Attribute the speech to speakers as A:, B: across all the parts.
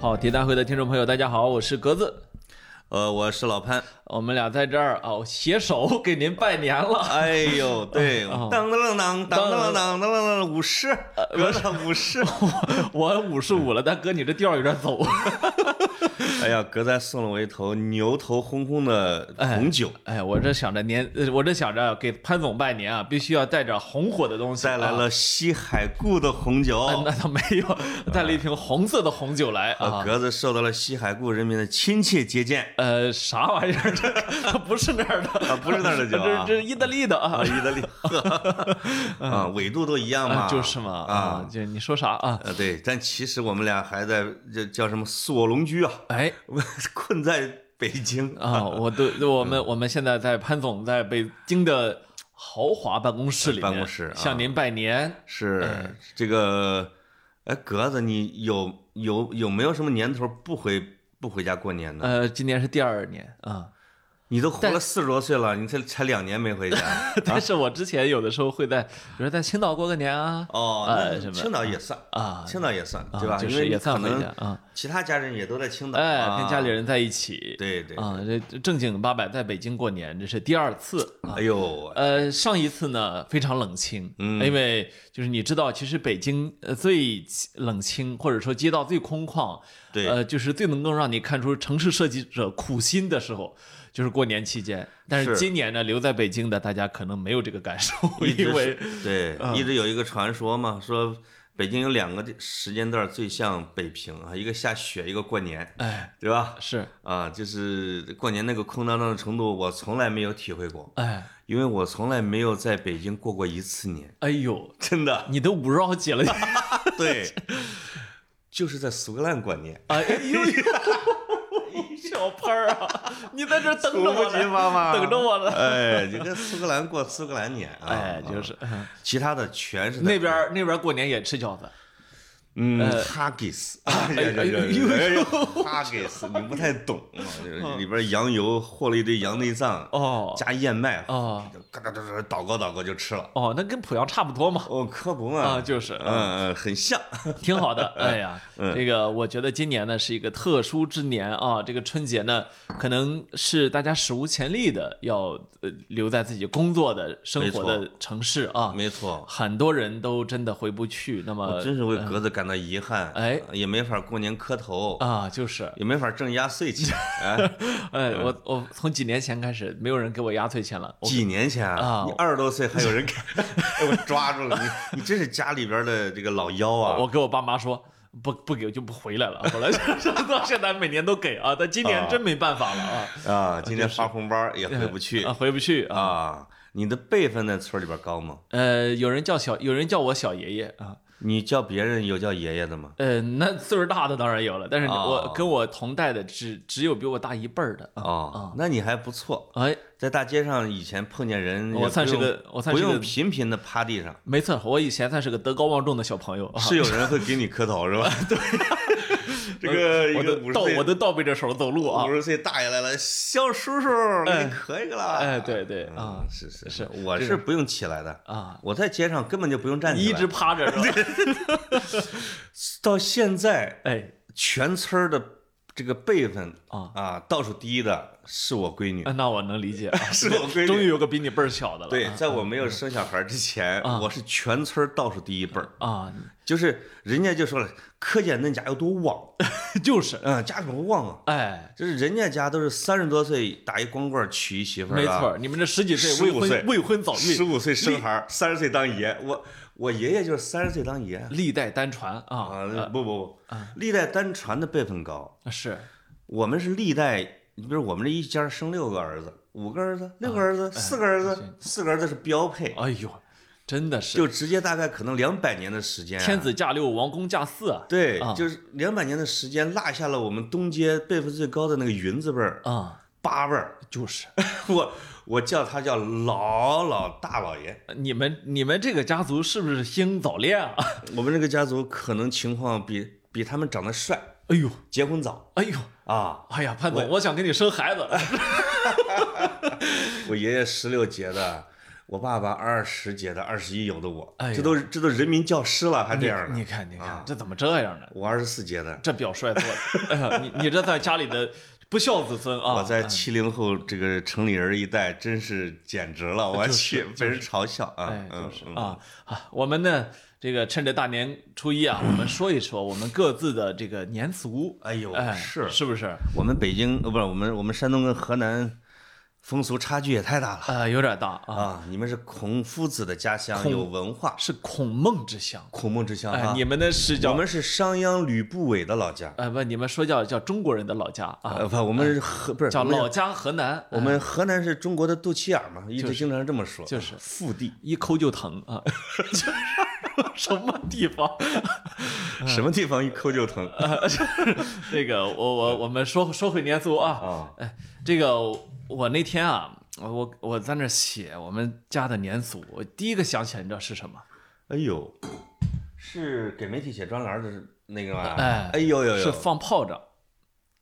A: 跑题大会的听众朋友，大家好，我是格子，
B: 呃，我是 老潘。
A: 我们俩在这儿哦，携手 给您拜年 了。
B: 哎呦，对，
A: 哦呃
B: 当当当当当当当当当，舞狮，格子舞狮。
A: 我五十五了，大哥，你这调儿有点走。
B: 哎呀，格子送了我一头牛头烘烘的红酒，
A: 哎，我这想着年，呃我这想着给潘总拜年啊，必须要带点红火的东西。
B: 带来
A: 啊、
B: 了西海固的红
A: 啊
B: 酒。哎
A: 那倒没有，带了一瓶红色的红酒来
B: 呃，
A: 啊。
B: 格子受到了西海固人民的亲切接见。
A: 呃，啥玩意儿？ 这它不是那儿的，
B: 啊，不是那儿的酒
A: 这
B: 啊，
A: 这意大利的
B: 啊，
A: 啊，
B: 意大 利，呵啊，纬度都一样嘛，
A: 嗯啊就是嘛
B: 啊，
A: 就你说啥啊？
B: 呃，对，但其实我们俩还在这叫什么锁龙居啊，
A: 哎，
B: 困在北京
A: 啊，我都我
B: 嗯
A: 们我们现在在潘总在北京的豪华办公室里面
B: 办公室啊
A: 向您拜年。
B: 是这个，哎，格子，你有有有没有什么年头不回不回家过年呢？
A: 呃，今年是第二年啊，
B: 你都活了四十多岁了，你才才两年 没回家
A: 但是我之前有的时候会在，比如说在青岛过个年啊，
B: 哦，
A: 哎
B: 那
A: 什么
B: 青岛也算，
A: 啊，
B: 哦青岛也算，
A: 啊
B: 对吧？
A: 就
B: 因为
A: 是
B: 你
A: 也
B: 可
A: 算回
B: 能
A: 家啊，
B: 其他家人也都在青岛，
A: 哎，
B: 啊
A: 跟家里，人在一起，
B: 对对，
A: 啊，这这正经八百在北京过年，这是第二次啊。
B: 哎呦，
A: 呃，上一次呢非常冷清，
B: 嗯
A: 因为就是你知道，其实北京呃最冷清，或者说街道最空旷，
B: 对
A: 呃，就是最能够让你看出城市设计者苦心的时候，就是过年期间。但是
B: 是
A: 今年呢，留在北京的大家可能没有这个感受，
B: 一直
A: 因为啊
B: 是对，一直有一个传说嘛，说北京有两个时间段最像北平啊，一个下雪，一个过年，
A: 哎
B: 对吧？
A: 是
B: 啊，就是过年那个空荡荡的程度，我从来没有体会过，
A: 哎
B: 因为我从来没有在北京过过一次年，
A: 哎呦，
B: 真的。
A: 你都五绕几了，
B: 对，就是在苏格兰过年，
A: 哎呦呦， 小潘儿啊，你在这儿等着
B: 猝不
A: 我
B: 及
A: 呢，
B: 防嘛，
A: 等着我呢
B: 哎，你在苏格兰过苏格兰年啊，
A: 哎，就是。
B: 啊其他的全是在
A: 那边儿那边儿过年也吃饺子，
B: 嗯，haggis，哎
A: 哎
B: 呀
A: 哎
B: 呀
A: 呦嗯
B: 呀呀，haggis，你不太懂啊，就是里边羊油和了一堆羊内脏，
A: 哦
B: 加燕麦，
A: 哦
B: 嘎嘎嘎嘎捣鼓捣鼓就吃了。
A: 哦，那跟濮阳差不多嘛，
B: 哦，科普嘛，
A: 啊，就是，
B: 嗯嗯，很像，
A: 挺好的。哎呀，
B: 嗯
A: 这个我觉得今年呢是一个特殊之年啊，这个春节呢可能是大家史无前例的要呃留在自己工作的生活的城市啊，
B: 没错，
A: 很多人都真的回不去。那么
B: 我真是为格子感到遗憾，呃
A: 哎，
B: 也没法过年磕头，
A: 啊，就是。
B: 也没法挣压 岁钱，哎，
A: 哎，我我从几年前开始，没有人给我压岁钱了。我
B: 几年前
A: 啊
B: 你二十多岁还有 人给，哎我抓住了你，你真是家里边的这个老妖啊，
A: 我跟我爸妈说。不不给我就不回来 了，后来 到现在每年都给啊，但今年真没办法了啊，
B: 啊，今天发红包也回不去
A: 啊回不去啊。
B: 啊。你的辈分在村里边高吗？
A: 呃，有人叫小，有人叫我小爷爷啊，
B: 你叫别人有叫爷爷的吗？
A: 呃，那岁数大的当然有了，但是我
B: 哦
A: 跟我同代的只只有比我大一辈儿的啊。
B: 哦，那你还不错，
A: 哎，
B: 在大街上以前碰见人也不用，
A: 我算是个我算是
B: 不
A: 个
B: 用频频的趴地上，
A: 没错，我以前算是个德高望重的小朋友啊，
B: 是有人会给你磕头是 吧？对， 这个
A: 呃我
B: 一
A: 都
B: 个五十
A: 倒
B: 岁
A: 我都倒背着手走路啊
B: 五。十岁大爷来了，小叔叔给你磕一个啦。
A: 哎，对对啊
B: 嗯，是是
A: 是
B: 我是不用起来的。
A: 啊，
B: 我在街上根本就不用站
A: 你
B: 起
A: 一
B: 来，
A: 直趴着是 吧？
B: 到现在
A: 哎，
B: 全村儿的这个辈分
A: 啊
B: 倒数第一的是我闺女，
A: 哎那我能理解啊，
B: 是我闺女。
A: 终于有个比你辈儿小的了啊。
B: 对，在我没有生小孩之前，我是全村儿倒数第一辈儿，
A: 啊，
B: 就是人家就说了，柯姐那家有多旺，
A: 就是，
B: 嗯，家什么旺啊？
A: 哎，
B: 就是人家家都是三十多岁打一光棍儿娶一媳妇儿，
A: 没错，，你们这十几岁未
B: 15岁
A: 婚未婚早
B: 十
A: 孕，
B: 五岁生孩儿，三十岁当爷，我我爷爷就是三十岁当爷
A: 历代单传啊，
B: 啊，不不不，历代单传的辈分高，
A: 呃是
B: 我们是历代，你比如我们这一家生六个儿子，五个儿子，六个儿
A: 啊
B: 子，四个儿子，四个儿子是标配，
A: 哎呦，真的是
B: 就直接大概可能两百年的时间啊，
A: 天子驾六，王公驾四啊！
B: 对
A: 啊，
B: 就是两百年的时间落下了我们东街辈分最高的那个云字辈儿
A: 啊，
B: 八辈儿，
A: 就是
B: 我我叫他叫老老大老爷。
A: 你们你们这个家族是不是兴早恋啊？
B: 我们这个家族可能情况比比他们长得帅，
A: 哎呦，
B: 结婚早
A: 哎呦，
B: 啊。
A: 哎呀，潘总，我想给你生孩子。
B: 我爷爷十六结的，我爸爸二十结的，二十一有的我，
A: 哎呀嗯
B: 这都是这都人民教师了还这样
A: 你
B: 呢。
A: 看，你看
B: 啊，
A: 这怎么这样呢？
B: 我二十四结的，
A: 这表率做 的，哎呀，你你这在家里的不孝子孙啊！
B: 我在七零后这个城里人一代真是简直了，我去被人嘲笑啊
A: 哎，！就
B: 嗯
A: 是
B: 嗯
A: 啊啊，我们呢，这个趁着大年初一啊，我们说一说我们各自的这个年俗。
B: 哎呦
A: 哎，
B: 是啊
A: 是不是？
B: 我们北京呃不是我们我们山东跟河南风俗差距也太大了
A: 啊，有点大啊，
B: 啊！你们是孔夫子的家乡，
A: 孔
B: 有文化，
A: 是孔孟之乡。
B: 孔孟之乡
A: 哎
B: 啊，。
A: 你们的是
B: 我
A: 叫
B: 们是商鞅吕不韦的老家，
A: 呃不，你们说叫叫中国人的老家啊，
B: 呃不，我们是河不是
A: 叫
B: 我们
A: 老家河南，
B: 我们河南是中国的肚脐眼儿嘛，一直经常这么说，
A: 就是
B: 腹地，
A: 一抠就疼啊， 什么地方？嗯
B: 什么地方一抠就疼
A: 这个我我我们说说回年俗啊，
B: 啊！
A: 哎，这个我那天啊，我我在那儿写我们家的年俗，我第一个想起来，你知道是什么？
B: 哎呦，是给媒体写专栏的那个吗？
A: 哎
B: 哎呦呦呦，
A: 是放炮仗，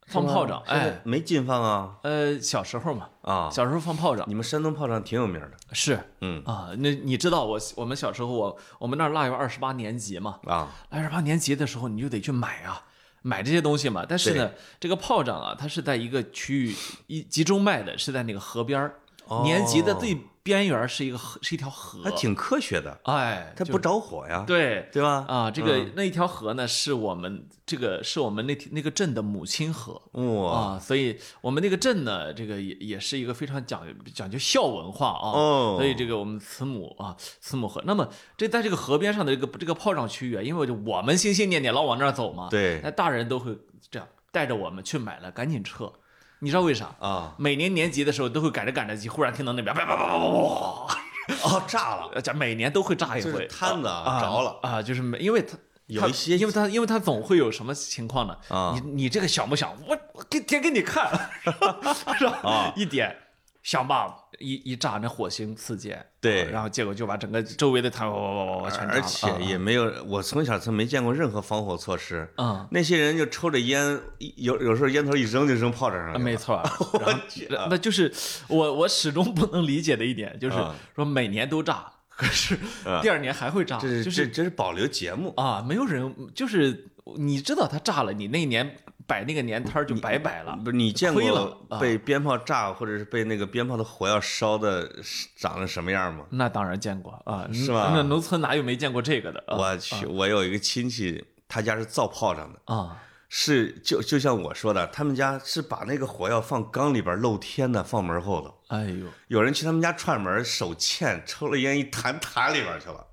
B: 是吗
A: 放炮仗。
B: 现在
A: 哎，
B: 没禁放啊
A: 呃，小时候嘛，
B: 啊！
A: 小时候放炮仗
B: 你们山东炮仗挺有名的，
A: 是
B: 嗯
A: 啊。那你知道我我们小时候，我我们那儿腊月二十八年节嘛，
B: 啊，
A: 腊月二十八年节的时候，你就得去买啊。买这些东西嘛，但是呢，这个炮仗啊，它是在一个区域一集中卖的，是在那个河边儿，
B: 哦
A: 年级的最边缘儿是一个河，是一条河，
B: 还挺科学的，
A: 哎，
B: 它
A: 就
B: 不嗯着火呀，
A: 对
B: 对吧？
A: 啊，这个那一条河呢，是我们这个是我们那那个镇的母亲河
B: 哇
A: 啊，所以我们那个镇呢，这个也也是一个非常讲讲究孝文化啊，
B: 哦
A: 所以这个我们慈母啊，慈母河。那么这在这个河边上的这个这个炮仗区域啊，因为就我们心心念念老往那儿走嘛，，
B: 对
A: 那大人都会这样带着我们去买了，赶紧撤，你知道为啥？
B: 啊，
A: 每年年级的时候都会赶着赶着急，忽然听到那边叭叭叭叭叭叭叭。
B: 哦炸了，
A: 呃，这每年都会炸一
B: 就
A: 回
B: 是，摊子
A: 啊
B: 啊着了，
A: 啊，就是没，因为他
B: 有
A: 他
B: 一些
A: 因为他因为他总会有什么情况呢？
B: 啊
A: 你你这个想不想？我我给点给你看， 是吧？
B: 啊
A: 一点想吧，一一炸那火星四溅，
B: 对
A: 啊然后结果就把整个周围的摊哇哇哇哇哇全炸了，啊
B: 而且也没有，我从小从没见过任何防火措施。
A: 嗯。
B: 那些人就抽着烟，一有有时候烟头一扔就扔炮仗上
A: 啊
B: 去了。
A: 没错儿，然后
B: 去
A: 这那就是我我始终不能理解的一点，就是
B: 啊
A: 说每年都炸，可是
B: 啊
A: 第二年还会炸，
B: 这是
A: 就
B: 这这是保留节目，
A: 啊，没有人，就是你知道他炸了，你那年摆那个年摊儿就白摆了。
B: 不是你见
A: 啊亏
B: 过
A: 了啊
B: 被鞭炮炸或者是被那个鞭炮的火药烧的是长成什么样吗？
A: 那当然见过啊，
B: 是
A: 嗯
B: 吧
A: 那农村哪有没见过这个的啊？
B: 我去，我有一个亲戚，他家是造炮仗的，
A: 啊，
B: 是就就像我说的，他们家是把那个火药放缸里边露天的，放门后头。
A: 哎呦，
B: 有人去他们家串门，手欠，抽了烟一弹弹里边去了。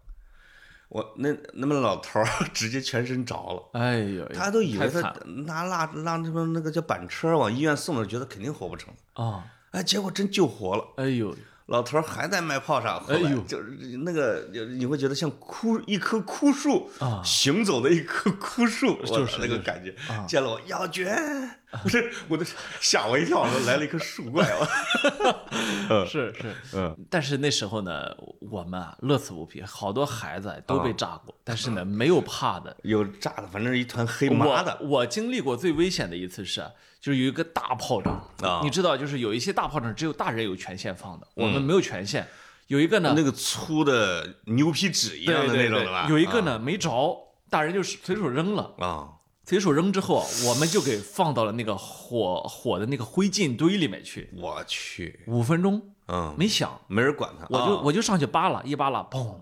B: 我那那么老头儿 直接全身着了，
A: 哎呦，
B: 他都以为
A: 太
B: 他
A: 惨了
B: 拿拉拉什么那个叫板车往医院送了，觉得肯定活不成了。
A: 啊，
B: 哎，结果真救活了，
A: 哎 呦，
B: 老头儿还在卖炮仗。后来
A: 哎呦
B: 就是那个就你会觉得像枯一棵枯树
A: 啊
B: 行走的一棵枯树，我
A: 就是啊
B: 那
A: 就
B: 个
A: 是
B: 感觉。见了我要绝，不是 我都吓我一跳，我说来了一棵树怪 我。
A: 是是，
B: 嗯，
A: 但是那时候呢，我们啊乐此不疲，好多孩子都
B: 啊
A: 被炸过，但是呢，没有怕的。
B: 有炸的，反正是一团黑麻
A: 我
B: 的。
A: 我经历过最危险的一次是，啊就是有一个大炮仗
B: 啊
A: 你知道，就是有一些大炮仗只有大人有权限放的，我们没有权限。有一个呢，
B: 嗯那个粗的牛皮纸一样的那
A: 对对嗯
B: 种
A: 对
B: 的吧？
A: 有一个呢没着，大人就是随手扔了，
B: 啊，
A: 随手扔之后啊，我们就给放到了那个火火的那个灰烬堆里面去，
B: 我去，
A: 五分钟
B: 嗯，
A: 没响，
B: 没人管他，
A: 我就
B: 啊
A: 我就上去扒拉一扒拉，砰，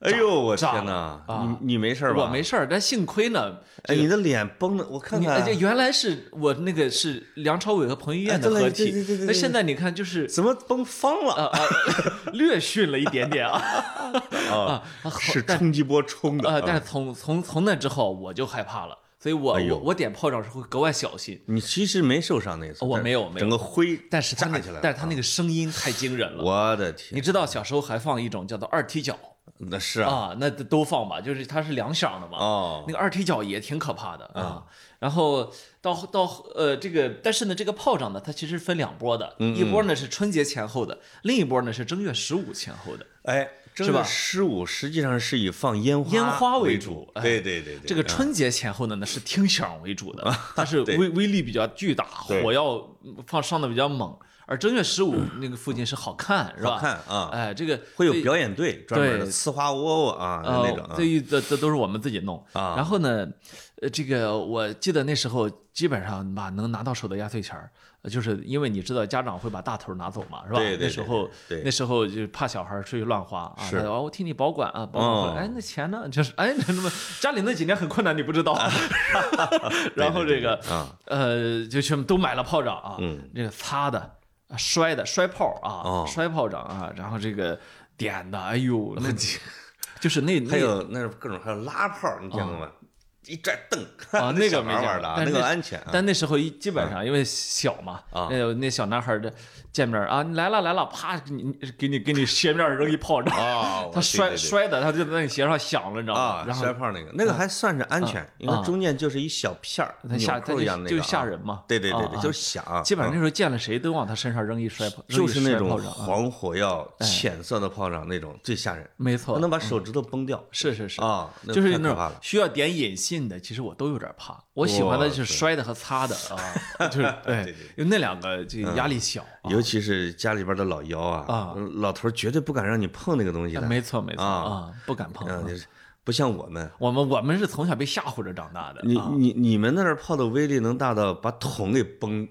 B: 哎呦我
A: 炸
B: 天
A: 了
B: 哪
A: 啊，
B: 你你没事吧？
A: 我没，事儿，但幸亏呢，
B: 哎，你的脸崩的，我看
A: 你哎
B: 看
A: 这原来是我那个是梁朝伟和彭于晏的
B: 哎对
A: 合
B: 对对对
A: 体，
B: 对
A: 那
B: 对
A: 现在你看就是
B: 怎么崩方了
A: 啊啊 略逊了一点点 啊
B: 啊？
A: 啊
B: 是冲击波冲的
A: 啊，但
B: 啊。
A: 是从从从那之后我就害怕了，所以我
B: 哎呦
A: 我我点炮仗时候会格外小心。
B: 你其实没受伤那次，
A: 我
B: 但
A: 没有没有
B: 整个灰
A: 但是他那
B: 炸起来了啊
A: 但是他那个声音太惊人了。
B: 我的
A: 你
B: 天，
A: 知道小时候还放一种叫做二踢脚
B: 那是啊，
A: 啊，那都放吧，就是它是两响的嘛。
B: 哦嗯
A: 那个二踢脚也挺可怕的啊。然后到到呃这个，但是呢，这个炮仗呢，它其实分两波的，
B: 嗯
A: 一波呢是春节前后的，另一波呢是正月十五前后的。
B: 哎，正
A: 是吧
B: 月十五实际上是以放烟花
A: 烟花为
B: 为
A: 主哎
B: 对对对对，
A: 这个
B: 嗯
A: 春节前后呢，那是 听响为主的，它是威威力比较巨大，
B: 对嗯
A: 火药放上的比较猛。而正月十五那个附近是好看，是吧？
B: 好看啊！
A: 哎，这个
B: 会有表演队专门的
A: 对
B: 呲花窝窝啊那种
A: 呃，
B: 啊
A: 这一这这都是我们自己弄。
B: 啊
A: 然后呢，呃，这个我记得那时候基本上吧，能拿到手的压岁钱儿，呃就是因为你知道家长会把大头拿走嘛，是吧？
B: 对对对
A: 那时候
B: 对
A: 那时候就怕小孩儿出去乱花啊，
B: 是
A: 他说哦我替你保管啊，保管回来。
B: 哦
A: 哎，那钱呢？ 就是哎，那什么，家里那几年很困难，你不知 道。 然后这个
B: 啊
A: 呃，就全部都买了炮仗啊，这个擦的、啊摔的、摔炮啊、
B: 嗯哦
A: 摔炮仗啊，然后这个点的，哎呦，那就是那那
B: 还有那是各种还有拉炮，你见过吗？一拽蹬
A: 啊那个
B: 小
A: 没
B: 孩
A: 见
B: 玩
A: 过
B: 的啊，
A: 但
B: 那
A: 是
B: 个
A: 那
B: 安全啊。
A: 但那时候一基本上因为小嘛，
B: 啊
A: 那那小男孩儿这见面儿啊，你来了来了，啪，你你给你给你斜面儿扔一炮仗，
B: 哦，
A: 他
B: 我
A: 摔
B: 对对对
A: 摔的，他就在你鞋上响了，你知道
B: 啊
A: 吗？，然后
B: 摔炮那个，那个还算是安全，因
A: 啊
B: 为中间就是一小片儿，
A: 他吓
B: 纽
A: 他
B: 扣一样
A: 就
B: 那个
A: 就
B: 啊
A: 吓。人嘛，
B: 对对对
A: 啊
B: 对，
A: 啊
B: 就是响，
A: 基本上
B: 嗯
A: 那时候见了谁都往他身上扔一摔炮，扔
B: 就
A: 一
B: 是那
A: 摔
B: 种
A: 炮仗啊，
B: 黄火药、浅色的炮仗那种最吓人，
A: 嗯没
B: 它
A: 错，
B: 能把手指头崩掉
A: 是是是。
B: 啊，那
A: 就是
B: 太
A: 那
B: 可怕
A: 种
B: 了。
A: 需要点引信的，其实我都有点怕。我喜欢的就是摔的和擦的 啊，就是对
B: 对，嗯
A: 因为那两个就压力小啊。
B: 尤其是家里边的老幺啊
A: 啊，
B: 老头儿绝对不敢让你碰那个东西的，
A: 没错没错
B: 啊
A: 啊，不敢碰。
B: 嗯，就是不像我们，
A: 我们我们是从小被吓唬着长大的，
B: 你
A: 啊
B: 你你们那儿炮的威力能大到把桶给崩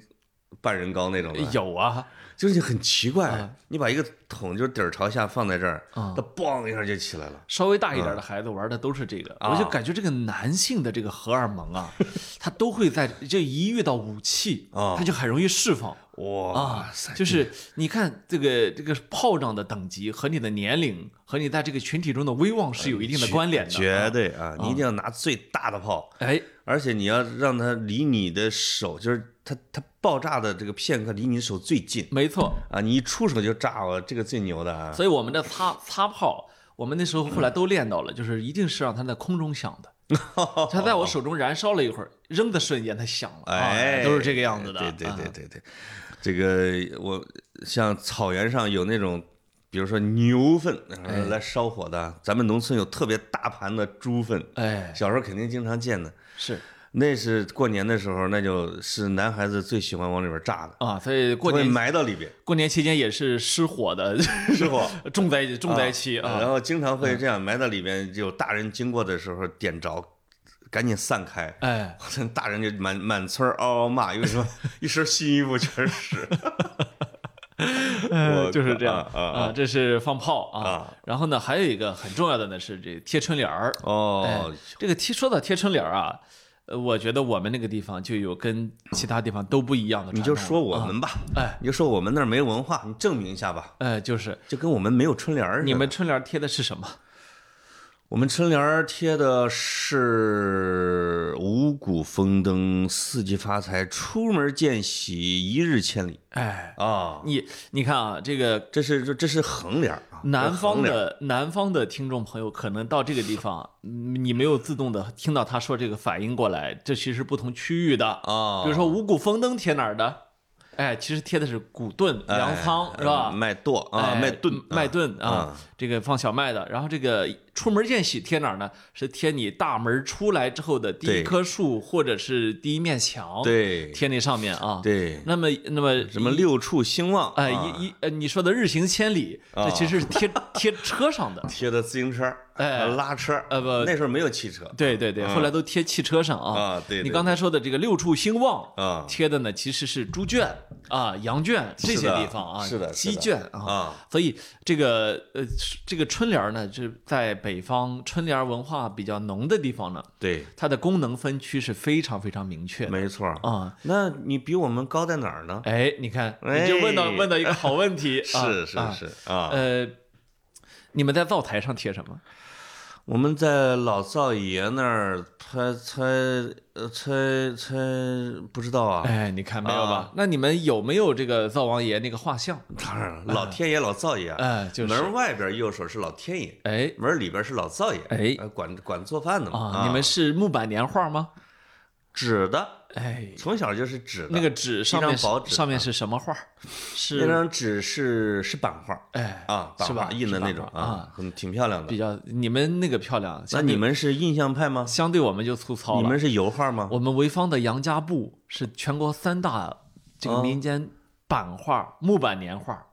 B: 半人高那种吗？
A: 有啊，
B: 就是很奇怪，你把一个桶就是底儿朝下放在这儿，
A: 啊
B: 它嘣一下就起来了。
A: 稍微大一点的孩子玩的都是这个，
B: 嗯啊
A: 我就感觉这个男性的这个荷尔蒙 啊，他都会在就一遇到武器，
B: 啊
A: 他就很容易释放。
B: 哇
A: 啊
B: 塞，，
A: 就是你看这个这个炮仗的等级和你的年龄和你在这个群体中的威望是有一定的关联的，
B: 绝
A: 啊。
B: 对啊！你一定要拿最大的炮，
A: 哎，
B: 而且你要让它离你的手，就是它它爆炸的这个片刻离你手最近
A: 没错，
B: 啊！你一出手就炸我，这个最牛的啊！
A: 所以我们的擦擦炮，我们那时候后来都练到了，就是一定是让它在空中响的。它在我手中燃烧了一会儿，扔的瞬间它响了，啊
B: 哎，
A: 都是这个样子的。
B: 对对对
A: 啊，
B: 对对，这个我像草原上有那种，比如说牛粪呃
A: 哎
B: 来烧火的，咱们农村有特别大盘的猪粪，
A: 哎，
B: 小时候肯定经常见的。
A: 是
B: 那是过年的时候，那就是男孩子最喜欢往里边炸的，
A: 啊，所以过
B: 会
A: 年
B: 埋到里边，
A: 过年期间也是失火的，
B: 失火。
A: 重灾重灾区啊。
B: 然后经常会这样埋到里边，有大人经过的时候点着，赶紧散开。
A: 哎，
B: 我操 大人就满满村儿嗷嗷骂，因 为什么一身新衣服全是屎。我
A: 呃就是这样
B: 啊啊
A: 啊，这是放炮啊。然后呢，还有一个很重要的呢是这贴春联儿。
B: 哦
A: 哎，这个贴说到贴春联儿啊，呃，我觉得我们那个地方就有跟其他地方都不一样的传
B: 你
A: 统。
B: 就说我们吧，
A: 哎，
B: 你就说我们那儿没文化，你证明一下吧，
A: 呃，就是
B: 就跟我们没有春联儿似的。
A: 你们春联贴的是什么？
B: 我们春联儿贴的是五谷丰登、四季发财、出门见喜、一日千里
A: 哎，
B: 啊。
A: 你你看啊，这个
B: 这是这这是横联儿啊，
A: 南
B: 横
A: 方
B: 联儿
A: 的南方的听众朋友可能到这个地方，嗯你没有自动的听到他说这个反应过来，这其实是不同区域的。
B: 啊，
A: 比如说五谷丰登贴哪儿的？哎，其实贴的是谷顿、
B: 哎
A: 粮仓，是吧？
B: 麦垛啊，
A: 哎
B: 麦顿啊
A: 麦顿啊，这个放小麦的。然后这个出门见喜贴哪儿呢？是贴你大门出来之后的第一
B: 对
A: 棵树或者是第一面墙，，
B: 对
A: 贴那上面啊。。
B: 对，
A: 那么，那么
B: 什么六畜兴旺
A: 哎，
B: 啊
A: 一一呃，你说的日行千里，这
B: 啊
A: 其实是贴 贴车上的。
B: 贴的自行车儿，
A: 哎
B: 拉车儿，
A: 呃不
B: 那时候没有汽车
A: 对对对，后来都贴汽车上啊。
B: 嗯啊，对，
A: 你
B: 对
A: 刚才说的这个六畜兴旺
B: 啊
A: 贴的呢，其实是猪圈啊、羊圈这
B: 是
A: 些
B: 的
A: 地方啊，
B: 是的是
A: 鸡
B: 的
A: 圈啊。
B: 啊，
A: 所以这个呃，这个春联儿呢，是在北方春联儿文化比较浓的地方呢，
B: 对，
A: 它的功能分区是非常非常明确的
B: 没错儿。
A: 啊。
B: 那你比我们高在哪儿呢？
A: 哎，你看，你就问到
B: 哎
A: 问到一个好问题，啊
B: 是是
A: 啊
B: 是啊，
A: 呃，你们在灶台上贴什么？
B: 我们在老灶爷那儿，他他呃他他不知道啊。
A: 哎，你看没有吧？
B: 啊
A: 那你们有没有这个灶王爷那个画像？
B: 当然了，老天爷老灶爷，啊
A: 哎，呃就是，
B: 门外边右手是老天爷，
A: 哎
B: 门里边是老灶爷，
A: 哎
B: 呃，管管做饭的嘛。
A: 啊，你们是木板年画吗？
B: 纸的，
A: 哎，
B: 从小就是纸的。
A: 那个纸上面
B: 一张薄纸啊
A: 是上面是什么画？
B: 那
A: 是
B: 张纸是是版画
A: 哎，
B: 啊，
A: 是
B: 版
A: 吧
B: 画印的
A: 是版
B: 那种
A: 画啊，
B: 很挺漂亮
A: 比
B: 的。
A: 较你们那个漂亮。
B: 那
A: 相对
B: 你们是印象派吗？
A: 相对我们就粗糙
B: 你
A: 了。
B: 们是油画吗？
A: 我们潍坊的杨家埠是全国三大这个民间版画、木板年画。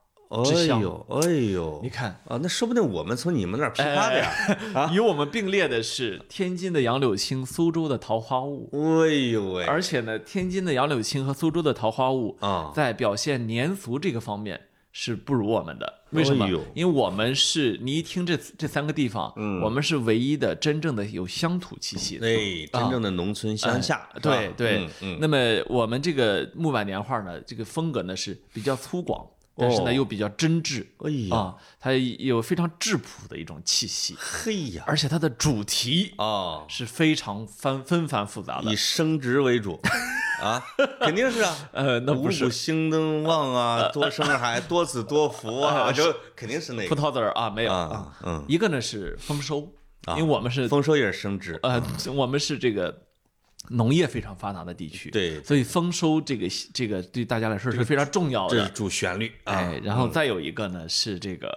B: 哎呦，哎呦，
A: 你看哎
B: 啊，那说不定我们从你们那儿批发的呀。啊，
A: 与我们并列的是天津的杨柳青、苏州的桃花坞。
B: 哎呦喂！
A: 而且呢，天津的杨柳青和苏州的桃花坞
B: 啊，
A: 在表现年俗这个方面是不如我们的。为
B: 哎
A: 什么？因为我们是你一听这这三个地方，
B: 嗯
A: 我们是唯一的真正的有乡土气息的，
B: 对，真正的农村乡
A: 嗯
B: 下。
A: 啊哎
B: 啊
A: 对对，
B: 嗯
A: 那么我们这个木板年画呢，这个风格呢是比较粗犷。但是呢，又比较真挚，
B: 哦哎呀，
A: 啊，它有非常质朴的一种气息，
B: 嘿呀，
A: 而且它的主题
B: 啊
A: 是非常繁纷繁复杂的，
B: 以升职为主 啊，肯定是啊，
A: 呃，那
B: 五
A: 不是
B: 谷兴登旺啊，多生孩，多子多福
A: 哎
B: 啊，就肯定是那
A: 葡
B: 个
A: 萄籽儿啊，没有
B: 啊，嗯，
A: 一个呢是丰收，因为我们是
B: 丰收也是升职，
A: 呃， 我们是这个农业非常发达的地区，
B: 对
A: 所以丰收这个这个对大家来说是非常重要
B: 这是
A: 的。
B: 主旋律啊
A: 哎，，然后再有一个呢是这个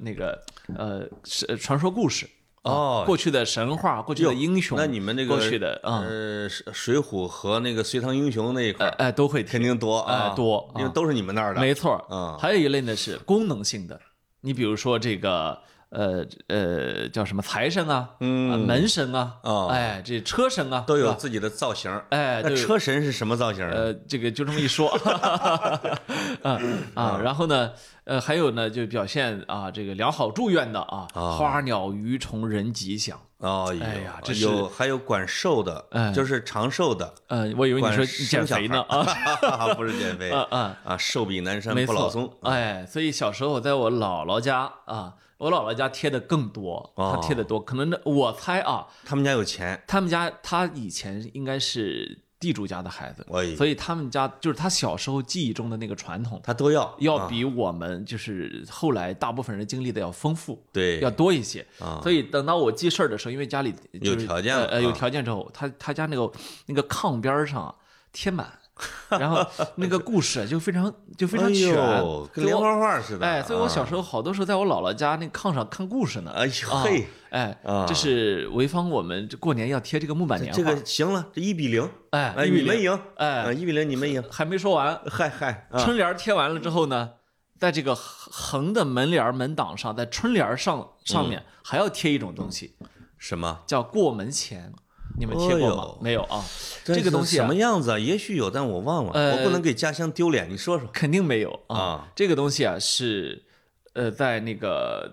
A: 那个呃是呃传说故事
B: 哦
A: 过去的神话，过去的英雄，
B: 那你们这个
A: 过去的啊，
B: 呃，水水浒和那个隋唐英雄那一块
A: 哎
B: 儿
A: 哎都会听
B: 肯定多啊
A: 哎多
B: 因为
A: 啊
B: 都是你们那儿的，
A: 没错，
B: 嗯
A: 还有一类呢是功能性的，你比如说这个呃呃叫什么财神啊，啊门神啊，
B: 嗯哦
A: 哎这车神啊
B: 都
A: 是
B: 有
A: 吧
B: 自己的造型儿。
A: 哎
B: 那
A: 对
B: 车神是什么造型儿？啊
A: 呃这个就这么一说， 啊啊，
B: 嗯
A: 然后呢呃还有呢就表现啊这个良好祝愿的啊，花鸟鱼虫人吉祥，
B: 哦，
A: 哎呀这是
B: 有还有管寿的，
A: 哎
B: 就是长寿的，
A: 呃我以为你
B: 管
A: 说
B: 生
A: 减
B: 小
A: 肥
B: 孩
A: 呢
B: 儿
A: 啊，
B: 不是减肥
A: 啊啊。
B: 啊，寿比南山
A: 没
B: 不
A: 错，
B: 老松。
A: 哎，所以小时候在我姥姥家啊，我姥姥家贴的更多，
B: 哦
A: 她贴的多，可能那我猜啊，
B: 他们家有钱，
A: 他们家他以前应该是地主家的孩子，
B: 哎
A: 所以他们家就是他小时候记忆中的那个传统，
B: 他都要
A: 要
B: 啊
A: 比我们就是后来大部分人经历的要丰富。
B: 对
A: 要多一些
B: 啊
A: 所以等到我记事儿的时候，因为家里、就是、
B: 有条件了
A: 呃，呃有
B: 啊
A: 条件之后，他他家那个那个炕边儿上啊贴满，然后那个故事啊就非常就非常全，
B: 哎呦跟
A: 所以
B: 莲
A: 我
B: 花画似的。
A: 哎，所以我小
B: 啊，
A: 时候好多时候在我姥姥家那炕上看故事呢。
B: 哎呦嘿，
A: 哎
B: 啊，
A: 这是潍坊我们这过年要贴这个木板年画。
B: 这个行了，这一比零，
A: 哎
B: 哎，
A: 一比
B: 你们
A: 零
B: 赢，
A: 哎
B: 啊，一比零你们赢，
A: 还没说完，
B: 嗨嗨，啊
A: 春联儿贴完了之后呢，在这个横横的门帘儿门挡上，在春联儿上上
B: 嗯
A: 面还要贴一种东西，
B: 什么？
A: 叫过门钱。你们贴过
B: 哎
A: 吗
B: 呦？
A: 没有啊，
B: 这
A: 这个东西
B: 什
A: 啊
B: 么样子啊？也许有，但我忘了，我不
A: 呃
B: 能给家乡丢脸。你说说
A: 肯定没有啊
B: 啊。
A: 这个东西啊是，呃，在那个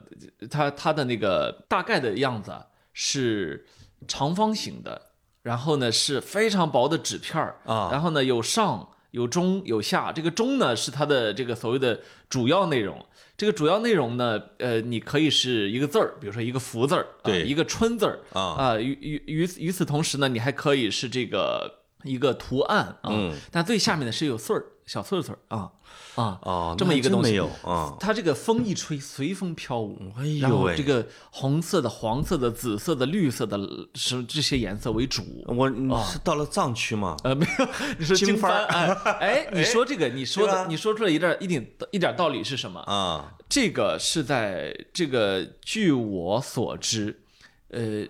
A: 它它的那个大概的样子啊是长方形的，然后呢是非常薄的纸片儿
B: 啊
A: 然后呢有上有中有下，这个中呢是它的这个所谓的主要内容。这个主要内容呢，呃，你可以是一个字儿，比如说一个福字儿，啊
B: 对
A: 一个春字儿
B: 啊
A: 啊。与与与此与此同时呢，你还可以是这个一个图案啊，
B: 嗯
A: 但最下面的是有穗儿，小穗儿穗儿啊啊
B: 哦，
A: 这么
B: 那
A: 一个
B: 真
A: 东西哦
B: 没有啊。
A: 它这个风一吹，随风飘舞。
B: 哎呦
A: 然后
B: 喂
A: 这个红色的、黄色的、紫色的、绿色的，是这些颜色为主。
B: 我你是到了藏区吗？
A: 呃，没有，你说
B: 经
A: 经
B: 幡儿
A: 幡，哎 哎，你说这个，你说
B: 对吧
A: 的，你说出来一点一点一点道理是什么？
B: 啊，
A: 这个是在这个，据我所知，呃，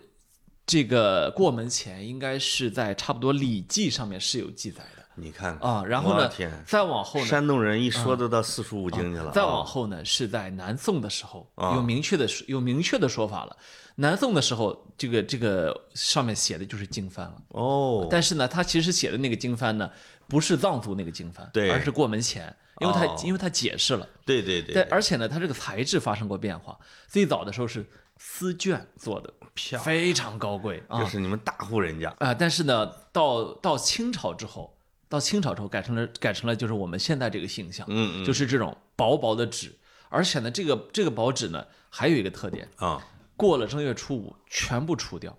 A: 这个过门前应该是在差不多《礼记》上面是有记载的
B: 你看看
A: 啊。然后
B: 我的
A: 呢
B: 天，，
A: 再往后呢，
B: 山东人一说都到四书五经去了。
A: 再
B: 啊
A: 往后呢，是在南宋的时候
B: 啊
A: 有明确的说有明确的说法了。南宋的时候，这个这个上面写的就是经幡了。
B: 哦，
A: 但是呢，他其实写的那个经幡呢，不是藏族那个经幡，
B: 对
A: 而是过门前，因为他、
B: 哦
A: 因为他解释了，
B: 对对
A: 但
B: 对，
A: 而且呢，它这个材质发生过变化。最早的时候是丝绢做的，
B: 漂
A: 非常高贵啊
B: 这
A: 啊、
B: 是你们大户人家。
A: 但是呢，到到清朝之后，到清朝之后改成了改成了就是我们现在这个形象，
B: 嗯
A: 就是这种薄薄的纸，而且呢，这个这个薄纸呢，还有一个特点，
B: 嗯啊，
A: 过了正月初五全部除掉，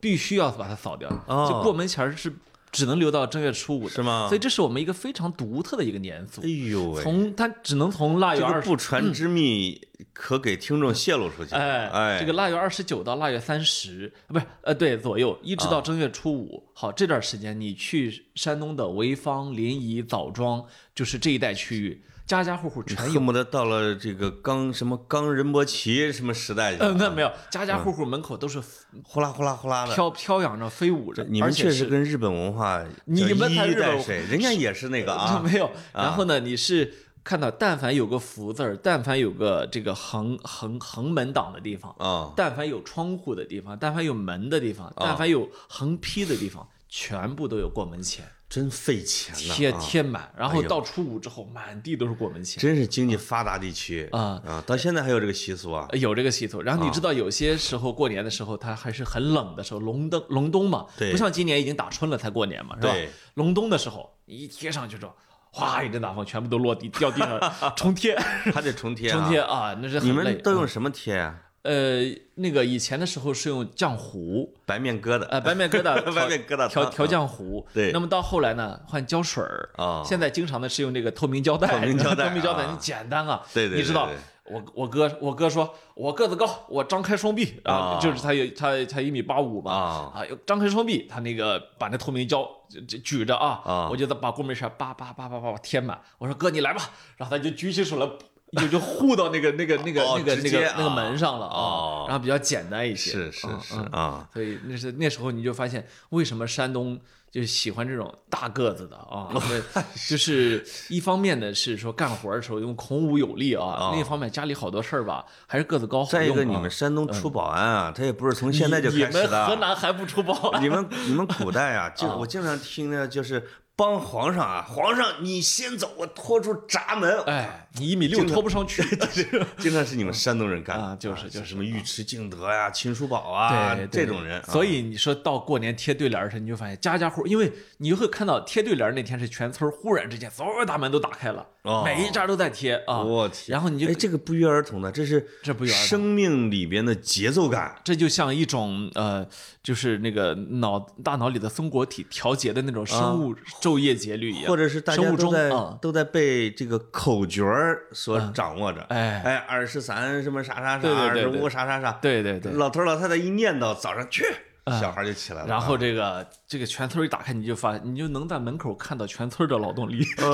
A: 必须要把它扫掉，
B: 哦
A: 就过门前儿是只能留到正月初五的，
B: 是吗
A: 所以这是我们一个非常独特的一个年俗
B: 哎，呦喂，
A: 从它只能从腊
B: 这
A: 月
B: 个
A: 二十。
B: 不传之秘可给听众泄露出去。
A: 嗯哎
B: 哎，
A: 这个腊月二十九到腊月三十，不是呃对左右，一
B: 啊
A: 直到正月初五。好，这段时间你去山东的潍坊、临沂、枣庄，就是这一带区域，家家户户全有
B: 恨。不得到了这个冈什么冈仁波齐什么时代去了
A: 嗯，那没有，家家户户门口都是
B: 呼啦呼啦呼啦的。
A: 嗯飘飘扬着、飞舞着，
B: 嗯你
A: 而
B: 们
A: 且
B: 确
A: 是
B: 实跟日本文化
A: 你
B: 叫
A: 们才
B: 一衣
A: 日本，
B: 带水，人家也是那个啊
A: 没有。然后呢，你是看到，但凡有个福字儿，但凡有个这个横横横门挡的地方，
B: 啊，
A: 但凡有窗户的地方，但凡有门的地方，但凡有横批的地方，全部都有过门钱
B: 真费钱呐、
A: 贴
B: 啊，
A: 贴满。然
B: 哎
A: 后
B: 呦
A: 到初五之后，满地都是过门钱。
B: 真是经济发达地区
A: 啊哎
B: 啊，到现在还有这啊个习俗啊，
A: 有这个习俗，然后你知道有些时候过年的时候，它还是很冷的时候，隆冬隆冬嘛，
B: 对
A: 不像今年已经打春了才过年嘛，是吧
B: 对？
A: 隆冬的时候一贴上去之后，哗一阵大风，全部都落地掉地 上重贴，
B: 还得重贴、啊，
A: 重贴啊，那是
B: 你
A: 很累
B: 们。都用什么贴啊？
A: 呃，那个以前的时候是用浆糊，
B: 白面疙瘩 哎
A: 呃，白面疙瘩，
B: 白面疙瘩
A: 调
B: 汤嗯
A: 调酱糊。
B: 对
A: 那么到后来呢，换胶水儿
B: 啊
A: 现在经常的是用这个透明胶带，
B: 透明胶带
A: 透明胶带，
B: 啊
A: 你简单啊。
B: 对对对
A: 你知道
B: 对。
A: 我我哥我哥说，我个子高，我张开双臂
B: 啊
A: 啊，就是他有他他一米八五嘛
B: 啊
A: 啊，有张开双臂，他那个把那透明胶就就举着
B: 啊
A: 啊，我就在把过门扇叭叭叭叭叭贴满，我说哥你来吧，然后他就举起手来， 就就护到那个那个那个
B: 哦
A: 那个
B: 直
A: 那
B: 接
A: 个那个
B: 啊
A: 门上了
B: 哦
A: 啊，然后比较简单一些，
B: 是是
A: 嗯
B: 是
A: 嗯
B: 啊，
A: 所以那是那时候你就发现为什么山东就喜欢这种大个子的啊，
B: 哦
A: 那就是一方面呢是说干活的时候用孔武有力啊，另一方面家里好多事儿吧还是个子高好
B: 哦再一
A: 用
B: 个，
A: 啊
B: 你们山东出保安啊，他也不是从现在就
A: 你
B: 开始
A: 们河
B: 的。
A: 南还不出包啊？
B: 你们你们古代啊， 就我经常听的就是帮皇上啊，皇上你先走，我拖出闸门。
A: 哎，你一米六拖不上 去，
B: 经常是你们山东人干的
A: 啊就是就是
B: 什么尉迟敬德呀、秦叔宝啊
A: 对
B: 这
A: 对
B: 种人啊。
A: 所以你说到过年贴对联儿时，你就发现家家户，因为你会看到贴对联儿那天是全村儿忽然之间所有大门都打开了
B: 哦，
A: 每一家都在贴啊，
B: 我天，
A: 然后你就
B: 哎，这个不约而同的，这是
A: 这不约而同
B: 生命里边的节奏感。
A: 这就像一种呃，就是那个脑大脑里的松果体调节的那种生物昼夜节律一样，
B: 啊或者是大家
A: 哎生物
B: 都
A: 钟
B: 在、
A: 啊、
B: 都在被这个口诀儿所掌握着，
A: 哎
B: 哎，二十三什么啥啥啥，
A: 对对对
B: 二十五
A: 对
B: 啥啥啥，
A: 对对对。
B: 老头儿老太太一念叨，早上去，小孩儿就起来了。
A: 然后这个这个全村一打开，你就发，你就能在门口看到全村的劳动力，
B: 哎呦，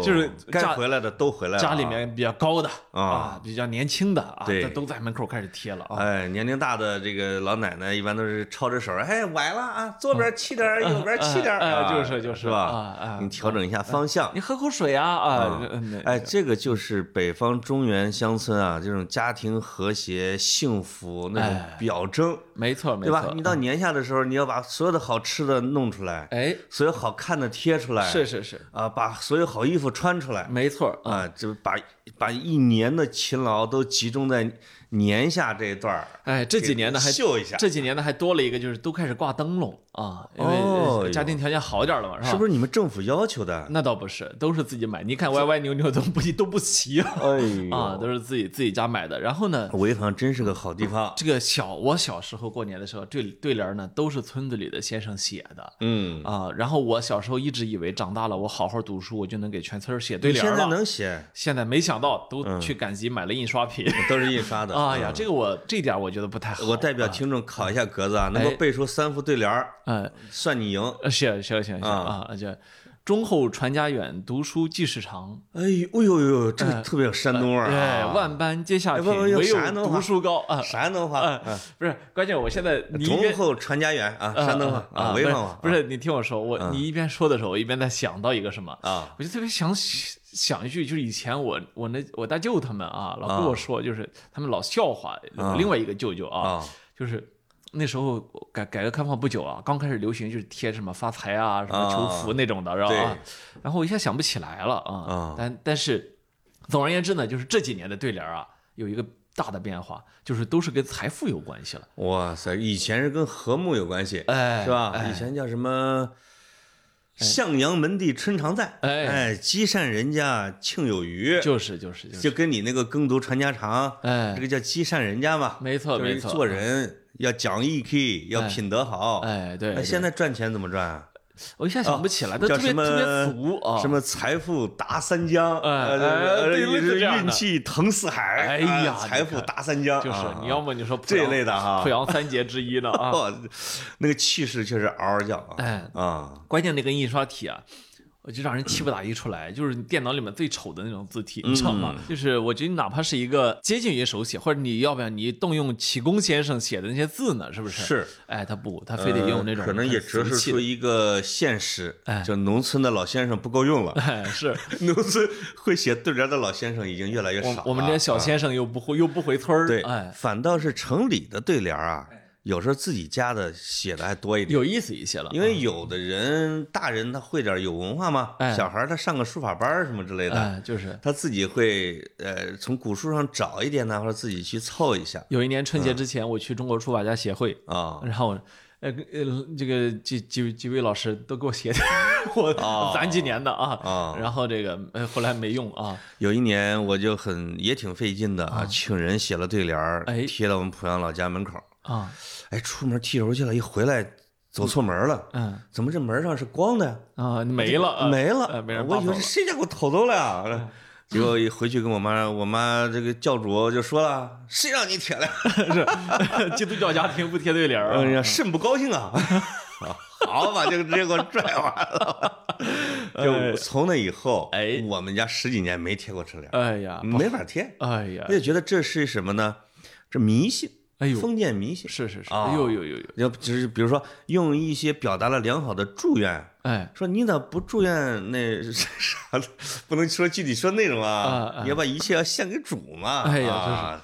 A: 就是
B: 该
A: 家
B: 回来的都回来了啊，
A: 家里面比较高的
B: 啊
A: 啊，比较年轻的啊，
B: 对
A: 这都在门口开始贴了啊。
B: 哎，年龄大的这个老奶奶一般都是抄着手儿，哎，崴了啊，左边气点儿，右边气点儿，
A: 哎哎
B: 啊
A: 就是就是
B: 是吧
A: 啊？啊
B: 你调整一下方向
A: 你。喝口水啊啊！嗯
B: 哎，这个就是北方中原乡村啊，这种家庭和谐、幸福那种
A: 哎
B: 表征，
A: 没错没
B: 对吧
A: 错？，嗯
B: 你到年下的时候，你要把所有的好吃的弄出来，
A: 哎，
B: 所有好看的贴出来，
A: 是是是，
B: 啊，把所有好衣服穿出来
A: 没错啊。
B: 啊，这把把一年的勤劳都集中在年下这一段儿。
A: 哎，这
B: 给
A: 几年呢还
B: 秀一下
A: 这几年呢还多了一个，就是都开始挂灯笼啊，因为
B: 哦
A: 呃家庭条件好点了嘛，
B: 是
A: 吧？
B: 不是你们政府要求的？
A: 那倒不是，都是自己买。你看歪歪扭扭都不都不齐啊，
B: 哎
A: 啊，都是自己自己家买的。然后呢，
B: 潍坊真是个好地方。
A: 这个小我小时候过年的时候，对对联儿呢都是村子里的先生写的。
B: 嗯，
A: 啊，然后我小时候一直以为长大了，我好好读书，我就能给全村儿写对联
B: 现
A: 儿
B: 在
A: 了。
B: 能写，
A: 现在没想到，都去赶集买了印刷 品。
B: 都是印刷的。
A: 哎呀，
B: 嗯，
A: 这个我这点儿我觉得不太好。
B: 我代表听众考一下格子啊，能够
A: 哎
B: 背出三副对联儿，
A: 嗯，
B: 算你赢。
A: 呃，是是是是
B: 啊
A: 啊，而且忠厚传家远，读书济世长。
B: 哎呦，哎呦呦，这个特别有山东味儿
A: 哎，
B: 啊！
A: 万般皆下
B: 哎
A: 品，
B: 不不用
A: 唯有
B: 山东话
A: 读书高啊！
B: 山东话，
A: 啊，不是，关键我现在你一
B: 嗯忠
A: 边
B: 厚传家园啊，
A: 啊
B: 山东话
A: 啊啊，
B: 潍坊话，
A: 不是不是，你听我说，
B: 嗯
A: 我你一边说的时候，我一边在想到一个什么，
B: 啊
A: 我就特别想想一句，就是以前我我那我大舅他们啊，老
B: 啊
A: 跟我说，就是他们老笑话
B: 啊
A: 另外一个舅舅啊，
B: 啊
A: 就是。那时候改改革开放不久啊，刚开始流行就是贴什么发财啊、什么求福那种的，然后啊，然后我一下想不起来了啊。
B: 啊
A: 但但是，总而言之呢，就是这几年的对联啊，有一个大的变化，就是都是跟财富有关系了。
B: 哇塞，以前是跟和睦有关系，
A: 哎，
B: 是吧？
A: 哎
B: 以前叫什么？向阳门第春常在，
A: 哎
B: 哎，积善人家庆有余，
A: 就是就是就是，
B: 就跟你那个耕读传家常，
A: 哎
B: 这，个叫积善人家嘛，
A: 没错
B: 就是
A: 没错
B: 做人要讲义气，要品德好。
A: 哎对，
B: 哎
A: 对
B: 现在赚钱怎么赚啊？
A: 我一下想不起来，
B: 啊
A: 但
B: 叫
A: 特别
B: 什么
A: 特别俗啊，
B: 什么财富达三江，
A: 哎
B: 呃
A: 哎
B: 呃
A: 对类似
B: 是
A: 这样的
B: 运气腾四海，
A: 哎呀
B: 啊
A: 你
B: 财富
A: 看
B: 达三江，
A: 就是
B: 啊
A: 你要么你说濮
B: 这
A: 阳
B: 类的啊哦哈
A: 濮阳三杰之一呢啊，
B: 哦，那个气势确实嗷嗷叫啊！
A: 哎
B: 啊，
A: 关键那个印刷体啊，我就让人气不打一处来，就是电脑里面最丑的那种字体，你知道吗？
B: 嗯
A: 就是我觉得哪怕是一个接近于手写，或者你要不要你动用启功先生写的那些字呢？是不是？
B: 是，
A: 哎，他不，他非得用那种、
B: 呃可能也折射出一个现实，
A: 哎
B: 就农村的老先生不够用 了，
A: 哎，是
B: 农村会写对联的老先生已经越来 越少了。
A: 我们这些小
B: 啊
A: 先生又不回又不回村儿，
B: 对，
A: 哎，
B: 反倒是城里的对联啊，有时候自己家的写的还多一点，
A: 有意思一些了。
B: 因为有的人大人他会点儿有文化嘛，
A: 哎
B: 小孩儿他上个书法班儿什么之类的，
A: 哎，就是
B: 他自己会呃从古书上找一点呢，或者自己去凑一下
A: 有一年春节之前，我去中国书法家协会，
B: 啊。
A: 然后我，呃呃，这个几几几位老师都给我写的，我
B: 哦
A: 攒几年的啊
B: 哦，
A: 然后这个呃后来没用啊，
B: 有一年我就很也挺费劲的啊，请人写了对联儿
A: 哎
B: 贴到我们濮阳老家门口儿，
A: 啊，
B: 哎，出门剃头去了，一回来走错门了，
A: 嗯
B: 怎么这门上是光的呀？
A: 啊，没了啊，
B: 没
A: 呃
B: 了，
A: 被人
B: 我
A: 扒
B: 以
A: 走
B: 为
A: 了嗯
B: 是谁家给我偷走了呀？结果一回去跟我妈，我妈这个教主就说了：“谁让你贴了？
A: 是基督教家庭不贴对联儿
B: 哎呀，
A: 啊，
B: 甚不高兴 啊！”好吧，就直接给我拽完 了。就从那以后，
A: 哎
B: 我们家十几年没贴过春联，
A: 哎呀，
B: 没法贴。
A: 哎呀
B: 我，就觉得这是什么呢？这迷信，
A: 哎呦
B: 封建迷信。
A: 是是是，
B: 啊
A: 哎呦呦呦呦，
B: 要不就是比如说用一些表达了良好的祝愿，
A: 哎，
B: 说你咋不祝愿那 啥的？不能说具体说内容
A: 啊
B: 啊
A: 啊，
B: 你要把一切要献给主嘛。
A: 哎呀
B: 啊，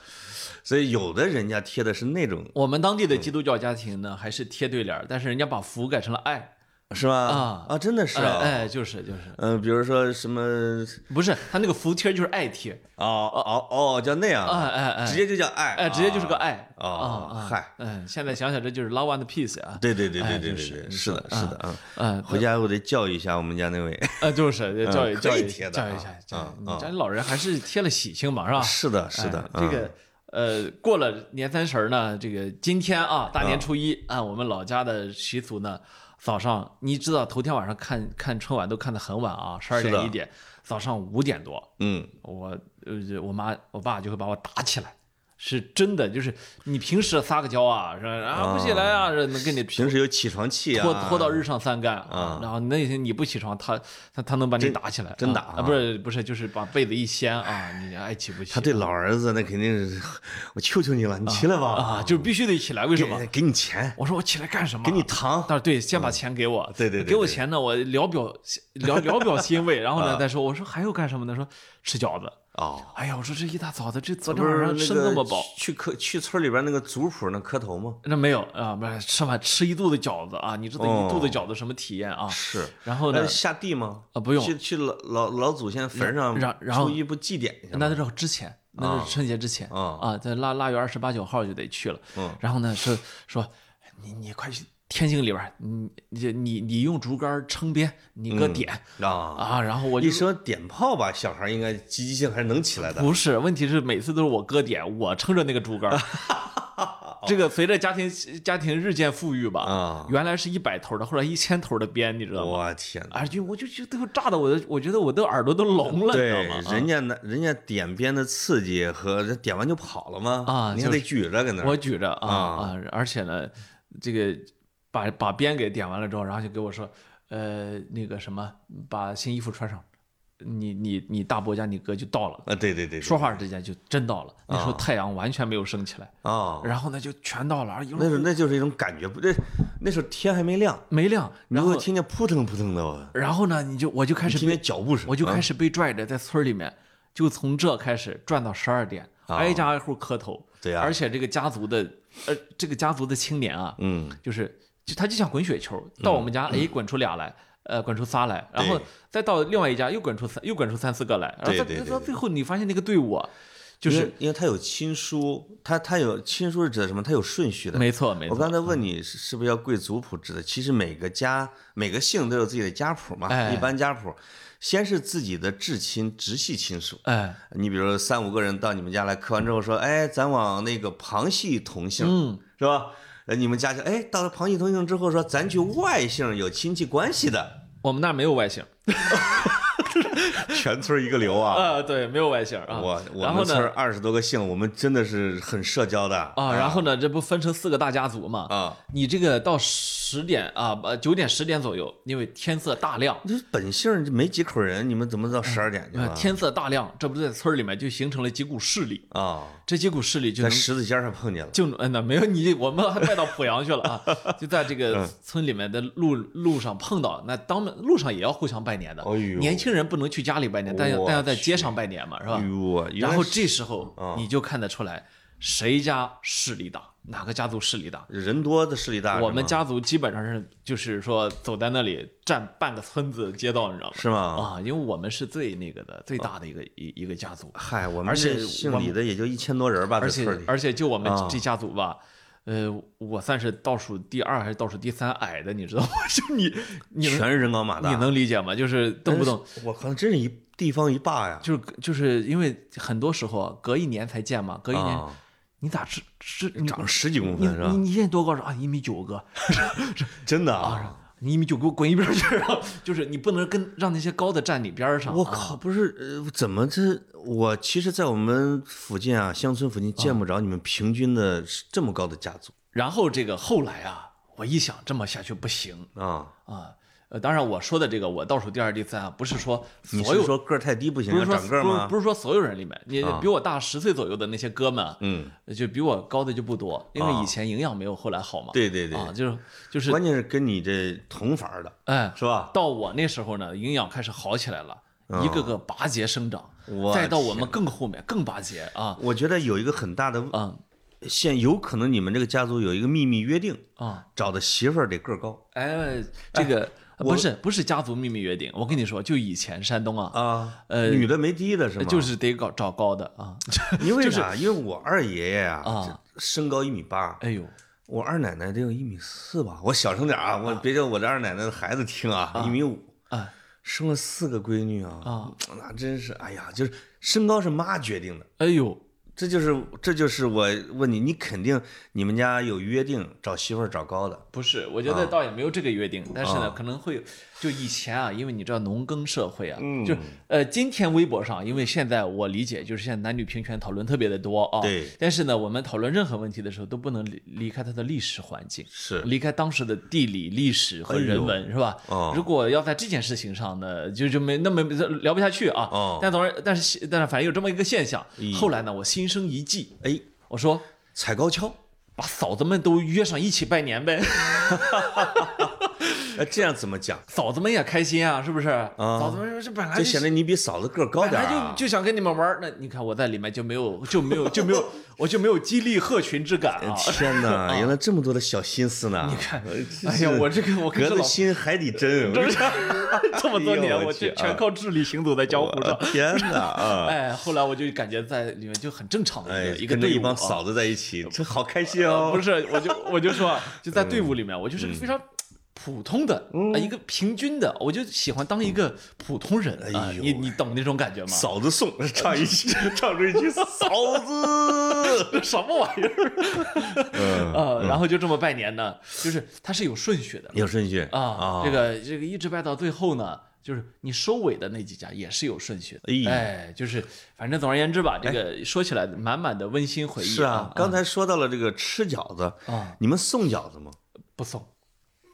B: 所以有的人家贴的是那种，
A: 我们当地的基督教家庭呢，还是贴对联儿，但是人家把福改成了爱，
B: 是吧？
A: 啊
B: 啊，真的是
A: 哎
B: 啊。
A: 哎，就是就是，
B: 嗯，比如说什么
A: 不是他那个福贴就是爱贴，
B: 哦哦哦，叫那样
A: 哎
B: 啊，
A: 哎哎，
B: 直接就叫爱，
A: 哎，直接就是个
B: 啊。
A: 爱
B: 啊
A: 啊！
B: 嗨，
A: 嗯，现在想想这就是 love and peace 啊，
B: 对对对
A: 哎
B: 对对
A: 就
B: 对
A: 是
B: 对，
A: 你
B: 是
A: 说
B: 的，
A: 的
B: 是
A: 啊
B: 的啊。
A: 嗯，
B: 回家我得教育一下我们家那位。
A: 呃，就是教育
B: 嗯可以
A: 教育
B: 贴的
A: 教育
B: 啊
A: 一下，教
B: 啊
A: 育你
B: 啊
A: 咱老人还是贴了喜庆嘛，是吧？
B: 是的，是的嗯
A: 哎，这个呃，过了年三十儿呢，这个今天啊，大
B: 嗯
A: 年初一，按我们老家的习俗呢，早上你知道，头天晚上看看春晚都看得很晚啊，十二
B: 是的
A: 点一点，早上五点多，
B: 嗯，
A: 我呃，我妈我爸就会把我打起来，是真的，就是你平时撒个娇啊，说啊不起来啊，这能给你
B: 平时有起床气啊，
A: 拖拖到日上三竿
B: 啊
A: 然后那天你不起床，他他他能把你打起来，
B: 真打
A: 啊
B: 啊
A: 啊不是不是，就是把被子一掀啊，你爱起不起？
B: 他对老儿子那肯定是，我求求你了，你起来吧
A: 啊，就是必须得起来，为什么
B: 给？给你钱，
A: 我说我起来干什么？
B: 给你糖，
A: 但是对，先把钱给我，
B: 对对对对
A: 给我钱呢，我聊表聊聊表欣慰，然后呢
B: 啊
A: 再说，我说还要干什么呢？说吃饺子。
B: 哦，
A: 哎呀，我说这一大早的，这昨天
B: 不
A: 晚
B: 是
A: 上吃
B: 那个
A: 那么饱，
B: 去磕去村里边那个族谱那磕头吗？
A: 那没有啊，不是吃完吃一肚子饺子啊，你知道一肚子
B: 哦
A: 饺子什么体验啊？
B: 是，
A: 然后
B: 那
A: 呢，
B: 下地吗？
A: 啊不用
B: 去去老老老祖先坟上，
A: 然然后
B: 初一不祭奠一下
A: 那
B: 吗？
A: 是之前，那是春节之前
B: 啊
A: 啊，在腊腊月二十八九号就得去了。
B: 嗯
A: 然后呢是说你你快去天津里边儿，你你你你用竹竿撑边，你哥点
B: 啊，
A: 啊，然后我就
B: 嗯一说点炮吧，小孩应该积极性还是能起来的。
A: 不是，问题是每次都是我哥点，我撑着那个竹 竿儿。这个随着家庭家庭日渐富裕吧，
B: 啊
A: 原来是一百头的，后来一千头的鞭，你知道吗？
B: 我天哪！
A: 啊，就我就就最后炸的我的，我觉得我的耳朵都聋了，你知道
B: 对
A: 吗？，啊
B: 人家那人家点鞭的刺激和人点完就跑了吗？
A: 啊
B: 你还
A: 就
B: 得举着搁那儿。
A: 我举着啊
B: 啊
A: 啊，而且呢，这个把把鞭给点完了之后，然后就给我说，呃，那个什么，把新衣服穿上，你你你大伯家你哥就到了。
B: 啊，对对对，对
A: 说话之间就真到了，那时候太阳完全没有升起来，
B: 啊，
A: 然后呢就全到了，而一
B: 那
A: 路
B: 是那就是一种感觉，不对，那时候天还没亮，
A: 没亮，
B: 你
A: 然
B: 会
A: 后
B: 听见扑腾扑腾的，我
A: 然后呢你就我就开始
B: 听见
A: 被
B: 脚步声，啊
A: 我就开
B: 始
A: 始被拽着在村里面，就从这开始转到十二点，
B: 啊
A: 挨家挨户磕头，
B: 对啊
A: 而且这个家族的呃这个家族的青年啊，
B: 嗯，
A: 就是就他就像滚雪球，到我们家哎滚出俩来，呃滚出仨来，然后
B: 对
A: 再到另外一家又滚出三又滚出三四个来，然后
B: 对
A: 再
B: 对对
A: 到
B: 对
A: 最后你发现那个队伍啊，就
B: 因
A: 是
B: 为因为他有亲疏，他他有亲疏是指的什么？他有顺序的。
A: 没错没
B: 我
A: 错，嗯
B: 刚才问你是是不是要贵族谱指的？其实每个家每个姓都有自己的家谱嘛，
A: 哎
B: 一般家谱，先是自己的至亲直系亲属。
A: 哎
B: 你比如说三五个人到你们家来磕完之后说，哎，咱往那个旁系同姓，
A: 嗯，
B: 是吧？呃，你们家就哎到了旁系同姓之后说，咱去外姓有亲戚关系的，
A: 我们那儿没有外姓，
B: 全村一个流啊！
A: 啊，对，没有外姓啊。
B: 我我
A: 然后
B: 们村
A: 呢
B: 二十多个姓，我们真的是很社交的
A: 啊，然后呢，这不分成四个大家族嘛？
B: 啊，
A: 你这个到十点啊，呃，九点十点左右，因为天色大亮，
B: 这本姓就没几口人，你们怎么到十二点去
A: 呃
B: 了？
A: 天色大亮，这不在村儿里面就形成了几股势力，
B: 啊，
A: 这几股势力就
B: 在
A: 能
B: 十字尖上碰见了。
A: 就嗯那没有你，我们还卖到濮阳去了 啊，就在这
B: 嗯
A: 个村里面的路路上碰到，那当路上也要互相拜年的
B: 哎呦，
A: 年轻人不能去家里拜年，但要
B: 我
A: 但要在街上拜年嘛，是吧啊
B: 哎？呦，原
A: 然
B: 来
A: 后
B: 是嗯
A: 这时候你就看得出来谁家势力大，哪个家族势力大。
B: 人多的势力大，
A: 我们
B: 是吗
A: 家族基本上是就是说走在那里占半个村子街道，你知道吗？
B: 是吗？
A: 啊，因为我们是最那个的最大的一个一一个家族，
B: 嗨，我们
A: 而且
B: 这姓
A: 我
B: 李的也就一千多人吧，
A: 而
B: 在村
A: 且
B: 里。
A: 而且就我们
B: 啊
A: 这家族吧，呃，我算是倒数第二还是倒数第三矮的，你知道吗？ 就你你能
B: 全是人高马大，
A: 你能理解吗？就是动不动
B: 哎？我靠，真是一地方一霸呀！
A: 就是就是因为很多时候啊隔一年才见嘛，隔一年
B: 啊
A: 你咋知知
B: 长十几公
A: 你
B: 分是吧
A: 你？你现在多高是吧啊？一米九哥，
B: 真的啊！
A: 你一米九给我滚一边去！然后 就是你不能跟让那些高的站你边儿上。
B: 我
A: 啊！
B: 靠，不是，呃，怎么这？我其实，在我们附近啊，乡村附近见不着你们平均的这么高的家族
A: 然后这个后来啊，我一想这么下去不行
B: 啊。
A: 啊。呃，当然我说的这个我倒数第二、第三啊，不是说
B: 你
A: 所
B: 是
A: 有
B: 说个儿太低不行，
A: 不
B: 要
A: 是说
B: 长个儿
A: 不是
B: 吗啊
A: 不？是说所有人里面，你比我大十岁左右的那些哥们，啊
B: 嗯，
A: 就比我高的就不多，因
B: 啊
A: 为以前营养没有后来好嘛。
B: 对对对，
A: 啊，就是就是
B: 关键是跟你这同法儿的
A: 哎，
B: 是吧？
A: 到我那时候呢，营养开始好起来了，一个个拔节生长
B: 啊我，
A: 再到我们更后面更拔节啊
B: 我觉得有一个很大的
A: 啊
B: 现，有可能你们这个家族有一个秘密约定，
A: 啊！
B: 找的媳妇儿得个儿高
A: 哎，这个不是不是家族秘密约定，我跟你说，就以前山东啊，
B: 啊，
A: 呃
B: 女的没低的是吗？
A: 就是得搞找高的啊。
B: 因为啥？因为我二爷爷呀、
A: 啊
B: 这身高一米八，
A: 哎呦，
B: 我二奶奶得有一米四吧。我小声点啊，我别叫我这二奶奶的孩子听啊，一米五
A: 啊，
B: 生了四个闺女啊，
A: 啊
B: 那真是，哎呀，就是身高是妈决定的。
A: 哎呦，
B: 这就是，这就是我问你，你肯定你们家有约定，找媳妇儿找高的
A: 不是，我觉得倒也没有这个约定，但是呢，可能会就以前啊，因为你知道农耕社会啊，就呃，今天微博上，因为现在我理解就是现在男女平权讨论特别的多啊，
B: 对
A: 但是呢，我们讨论任何问题的时候都不能离离开它的历史环境。
B: 是
A: 离开当时的地理、历史和人文，是吧？
B: 哦
A: 如果要在这件事情上呢，就就没那么聊不下去啊。
B: 哦
A: 但总而但是但是反正有这么一个现象
B: 咦。
A: 后来呢，我心生一计，
B: 哎，
A: 我说
B: 踩高跷，
A: 把嫂子们都约上一起拜年呗。
B: 哎，这样怎么讲？
A: 嫂子们也开心啊，是不是？嫂子们说这本来
B: 嗯
A: 就
B: 就显得你比嫂子个儿高
A: 本
B: 点儿、
A: 来
B: 啊
A: 哎就。就想跟你们玩儿，那你看我在里面就没有就没有就没有我就没有激励鹤群之 感啊！
B: 天哪，原来这么多的小心思呢！你看，
A: 哎呀，我这个我
B: 隔
A: 跟这
B: 得
A: 老
B: 心海底 针，我
A: 这么多
B: 哎呦
A: 年，
B: 我
A: 我
B: 去
A: 全
B: 啊
A: 全靠智力行走在江湖上。
B: 天哪啊！
A: 哎，后来我就感觉在里面就很正常的一，
B: 哎
A: 个一个
B: 跟着
A: 队
B: 一
A: 伍啊呃
B: 帮嫂子在一起，这好开心哦！
A: 不是，我就 我就说啊，就在队伍里
B: 嗯
A: 面，我就是个非常普通的啊一个平均的，我就喜欢当一个普通人啊
B: 哎，呦
A: 你你懂那种感觉吗？
B: 嫂子送， 唱一句，唱出一句嫂子，啊
A: 这 什么玩意儿？呃，
B: 嗯
A: 然后就这么拜年呢，就是它是有顺序的
B: 有顺序
A: 啊。这个这个一直拜到最后呢，就是你收尾的那几家也是有顺序
B: 哎
A: 的。哎，就是反正总而言之吧，这个说起来满满的温馨回忆。
B: 是啊，刚才说到了这个吃饺子，
A: 啊，
B: 你们送饺子吗？
A: 不送，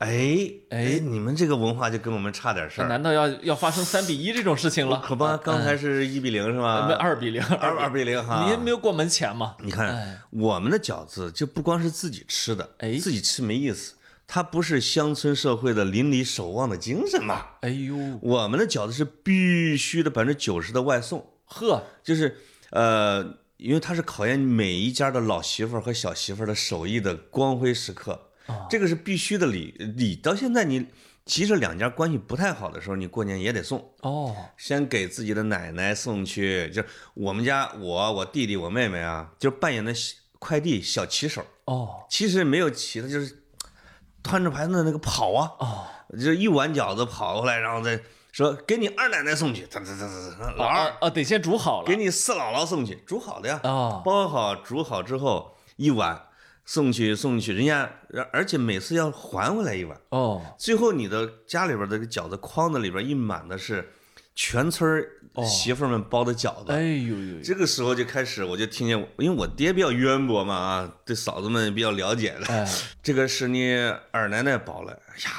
B: 哎
A: 哎
B: 你们这个文化就跟我们差点事
A: 这
B: 儿。
A: 难啊道要要发生三比一这种事情了？
B: 可不，刚才是一比零是吧
A: 没？呃二比零，
B: 二啊二比零哈。
A: 你没有过门前嘛？
B: 你看
A: 哎，
B: 我们的饺子就不光是自己吃的，
A: 哎
B: 自己吃没意思，它不是乡村社会的邻里守望的精神嘛。
A: 哎呦
B: 我们的饺子是必须的百分之九十的外送，
A: 呵，
B: 就是呃，因为它是考验每一家的老媳妇儿和小媳妇儿的手艺的光辉时刻，
A: 哦
B: 这个是必须的礼礼。到现在你即使两家关系不太好的时候，你过年也得送。
A: 哦，
B: 先给自己的奶奶送去，就是我们家我我弟弟我妹妹啊，就扮演的小快递小骑手，
A: 哦，
B: 其实没有骑的，就是摊着盘子那个跑啊，
A: 哦，
B: 就是一碗饺子跑过来，然后再说给你二奶奶送去，噔噔噔噔噔，老二
A: 啊啊，得先煮好
B: 给
A: 了
B: 你四姥姥送去，煮好的呀，
A: 啊，
B: 包好煮好之后一碗送去送去，人家而且每次要还回来一碗，
A: 哦，
B: 最后你的家里边的这个饺子筐子里边一满的是全村儿媳妇儿们包的饺子。
A: 哦哎呦呦，
B: 这个时候就开始，我就听见，因为我爹比较渊博嘛啊，对嫂子们比较了解了。
A: 哎
B: 这个是你二奶奶包了，哎呀，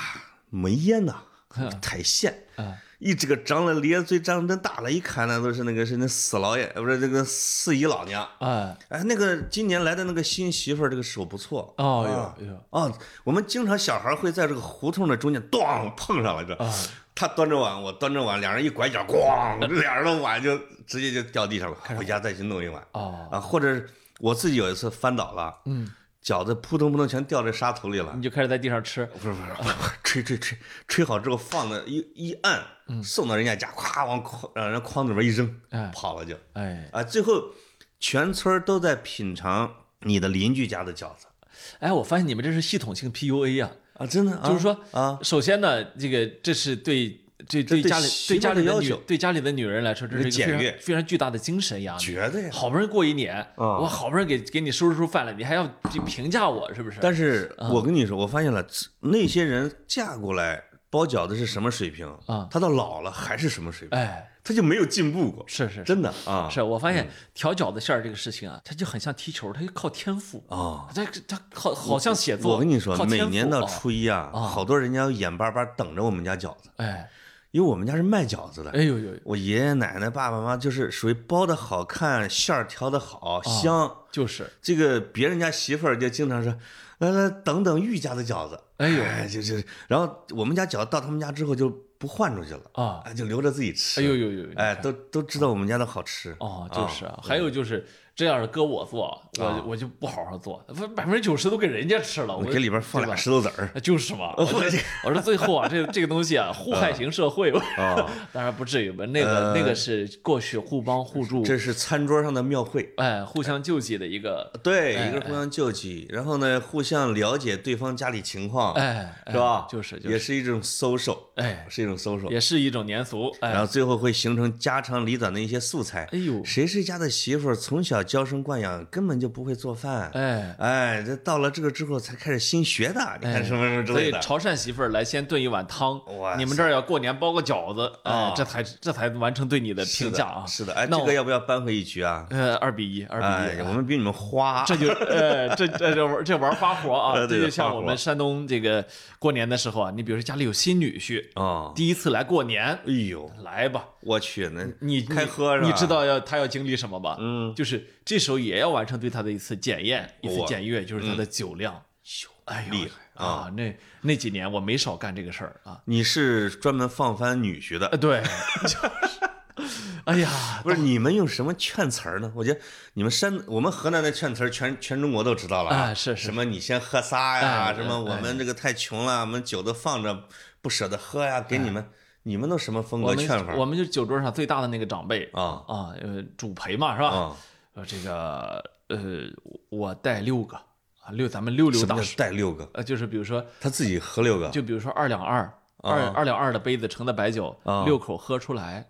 B: 没腌 呐，
A: 嗯
B: 太咸。
A: 哎
B: 一这个张了咧嘴张得真大了，一看呢都是那个是那四老爷，呃不是那个四姨老娘。
A: 哎，
B: 哎，那个今年来的那个新媳妇儿，这个手不错
A: 哦呦呦，
B: 啊，我们经常小孩儿会在这个胡同的中间咣碰上了，这
A: 啊
B: 他端着碗，我端着碗，两人一拐角， 咣，俩人的碗就直接就掉地上了。回家再去弄一碗
A: 哦，
B: 啊，或者是我自己有一次翻倒了，
A: 嗯，
B: 饺子扑通扑通全掉在沙土里了
A: 你，就开始在地上吃，
B: 不是不是，不是吹吹吹吹好之后放那一一按，送到人家家，咵往筐让人筐子里边一扔
A: 哎，
B: 跑了就
A: 哎
B: 啊，最后全村儿都在品尝你的邻居家的饺子
A: 哎，我发现你们这是系统性 PUA 呀、
B: 啊，真的，啊
A: 就是说
B: 啊，
A: 首先呢，这个这是对对对
B: 对
A: 家里
B: 媳
A: 对
B: 妇
A: 家
B: 的
A: 里的
B: 要
A: 女
B: 求
A: 对家里的女人来说，这是一个
B: 简
A: 非
B: 略
A: 常非常巨大的精神压力。
B: 绝啊对啊。
A: 好不容易过一年，我好不容易给给你收拾出饭来，你还要去评价我，是不是？
B: 但是
A: 啊
B: 我跟你说，我发现了那些人嫁过来包饺子是什么水平
A: 啊
B: 他到老了还是什么水平，
A: 哎，
B: 他就没有进步过，
A: 是是是
B: 真的啊
A: 是，我发现调饺子馅儿这个事情啊，它就很像踢球，它就靠天赋，
B: 啊。
A: 它它靠好像写作。
B: 我跟你说，
A: 靠天
B: 每
A: 赋
B: 年到
A: 哦
B: 初一啊，
A: 啊
B: 好多人家眼巴巴等着我们家饺子，
A: 哎
B: 因为我们家是卖饺子的
A: 哎。呦呦，
B: 我爷爷奶奶、爸爸妈妈就是属于包的好看，馅儿调的
A: 啊
B: 好，香。
A: 就是
B: 这个别人家媳妇儿就经常说，来来等等玉家的饺子。
A: 哎呦
B: 就就，然后我们家饺子到他们家之后就不换出去了。
A: 啊，
B: 哎，就留着自己吃。
A: 哎呦呦呦，
B: 哎，都都知道我们家的好吃。
A: 哦，就是啊
B: 啊，
A: 还有就是，这要是搁我做，我我就不好好做，不百分之九十都给人家吃了，我
B: 我给里边放俩石头子 儿。
A: 啊就是 嘛，我说我说最后啊，这这个东西啊，祸害型社会，我
B: 啊， 呃
A: 当然不至于吧，那个那个是过去互帮互助，
B: 这是餐桌上的庙会。
A: 哎，互相救济的一个，
B: 对，
A: 哎
B: 一个是互相救济，然后呢，互相了解对方家里情况，
A: 哎，哎
B: 啊是吧？
A: 就是就
B: 也
A: 是，
B: 是一种 social，
A: 哎，
B: 是一种 social。
A: 也是一种年俗，
B: 然
A: 哎
B: 后，最后会形成家长里短的一些素材
A: 哎。呦，
B: 谁谁家的媳妇儿从小娇生惯养，根本就不会做饭。
A: 哎。
B: 哎，这到了这个之后才开始新学的，你看什么什么之
A: 所以
B: 类的。
A: 潮汕媳妇儿来先炖一碗汤
B: 哇，
A: 你们这儿要过年包个饺子，哎
B: 啊，
A: 这才这才完成对你的
B: 是
A: 评
B: 的
A: 价啊。
B: 是的，哎，
A: 那
B: 这
A: 我
B: 个要不要扳回一局啊？
A: 呃，二比一，二比一啊
B: 哎，，我们比你们花。
A: 这就呃，这这这玩这玩发火啊，
B: 呃
A: 这
B: 对
A: 就像
B: 发
A: 我
B: 火
A: 们山东这个过年的时候啊，你比如说家里有新女婿，
B: 啊，
A: 第一次来过年，
B: 哎呦，
A: 来吧，
B: 我去，那
A: 你
B: 开
A: 你
B: 喝是吧？
A: 你知道要他要经历什么吧？
B: 嗯
A: 就是这时候也要完成对他的一次检验，一次
B: 我
A: 检阅，就是他的酒量。哎呦，
B: 嗯厉害啊
A: 啊！那那几年我没少干这个事儿啊。
B: 你是专门放翻女婿
A: 呃，
B: 的，
A: 对， 就是，哎呀，
B: 不是？你们用什么劝词儿呢？我觉得你们山，我们河南的劝词儿全全中国都知道了
A: 啊是是
B: 什么你先喝仨呀，
A: 哎
B: 什么我们这个太穷了，我们酒都放着不舍得喝呀，给你们，你们都什么风
A: 我
B: 格劝法
A: 们哎我们就是酒桌上最大的那个长辈
B: 啊
A: 啊，呃，主陪嘛，是吧？
B: 啊？
A: 呃，这个呃，我带六个啊，六咱们六六
B: 什么
A: 大
B: 叫啊
A: 顺，
B: 带六个？
A: 呃，就是比如说，
B: 他自己喝六个，
A: 就比如说二两二二二两二的杯子盛的白酒，
B: 啊
A: 六口喝出来，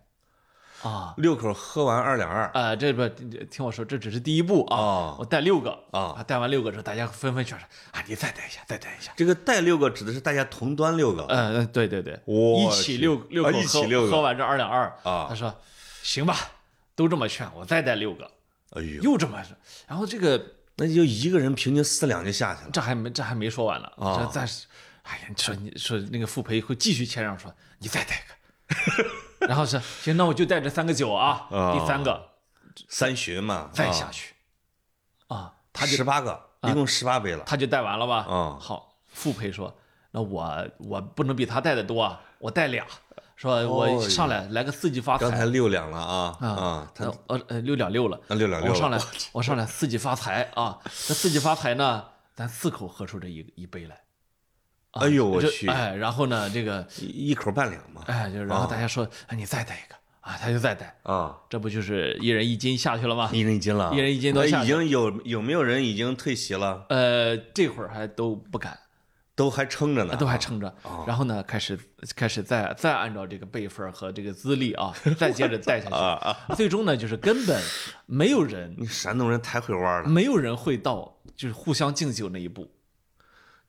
A: 啊
B: 六口喝完二两二
A: 啊、这不听我说，这只是第一步啊，
B: 啊
A: 我带六个
B: 啊
A: 带完六个之后，大家纷纷劝说啊，你再带一下，再带一下，
B: 这个带六个指的是大家同端六个
A: 呃，对对对，
B: 我
A: 一起
B: 去
A: 六
B: 啊
A: 六口喝、
B: 一起六个
A: 喝完这二两二
B: 啊
A: 他说行吧，都这么劝，我再带六个，
B: 哎呦，
A: 又这么说，然后这个。
B: 那就一个人平均四两就下去了。
A: 这还没这还没说完呢，
B: 啊
A: 这暂时，哎呀，你说你说那个傅培会继续谦让说，你再带个， 然后说行，那我就带这三个酒啊，
B: 啊
A: 第三个
B: 三巡嘛，
A: 再下
B: 啊，
A: 去，啊，
B: 他十八个，一共十八杯了。
A: 他就带完了吧？
B: 啊
A: 好，傅培说，那我我不能比他带的多啊，我带俩，说
B: 哦
A: 我
B: 哟
A: 上来来个四季发
B: 刚才
A: 财
B: 六两了啊
A: 啊
B: 啊，他
A: 呃呃呃六两六了，
B: 那六两六
A: 我上
B: 了
A: 来，我上来四季发财啊，这四季发财呢，咱四口喝出这一一杯来。啊
B: 哎呦我
A: 这
B: 去
A: 哎，然后呢，这个
B: 一一口半两嘛
A: 哎，就然后
B: 哦
A: 大家说，哎，你再带一个啊，他就再带，
B: 啊，
A: 这不就是一人一斤下去了吗
B: 一？人一斤了，
A: 一人一斤都
B: 那
A: 下去
B: 已经有有没有人已经退席了？
A: 呃，这会儿还都不敢，
B: 都还撑着呢，
A: 啊都还撑着。
B: 哦
A: 然后呢，开始开始再再按照这个辈分儿和这个资历 啊，再接着带下
B: 啊
A: 去。最终呢，就是根本没有人嗯
B: 你山东人太会玩了，
A: 没有人会到就是互相敬酒那一步。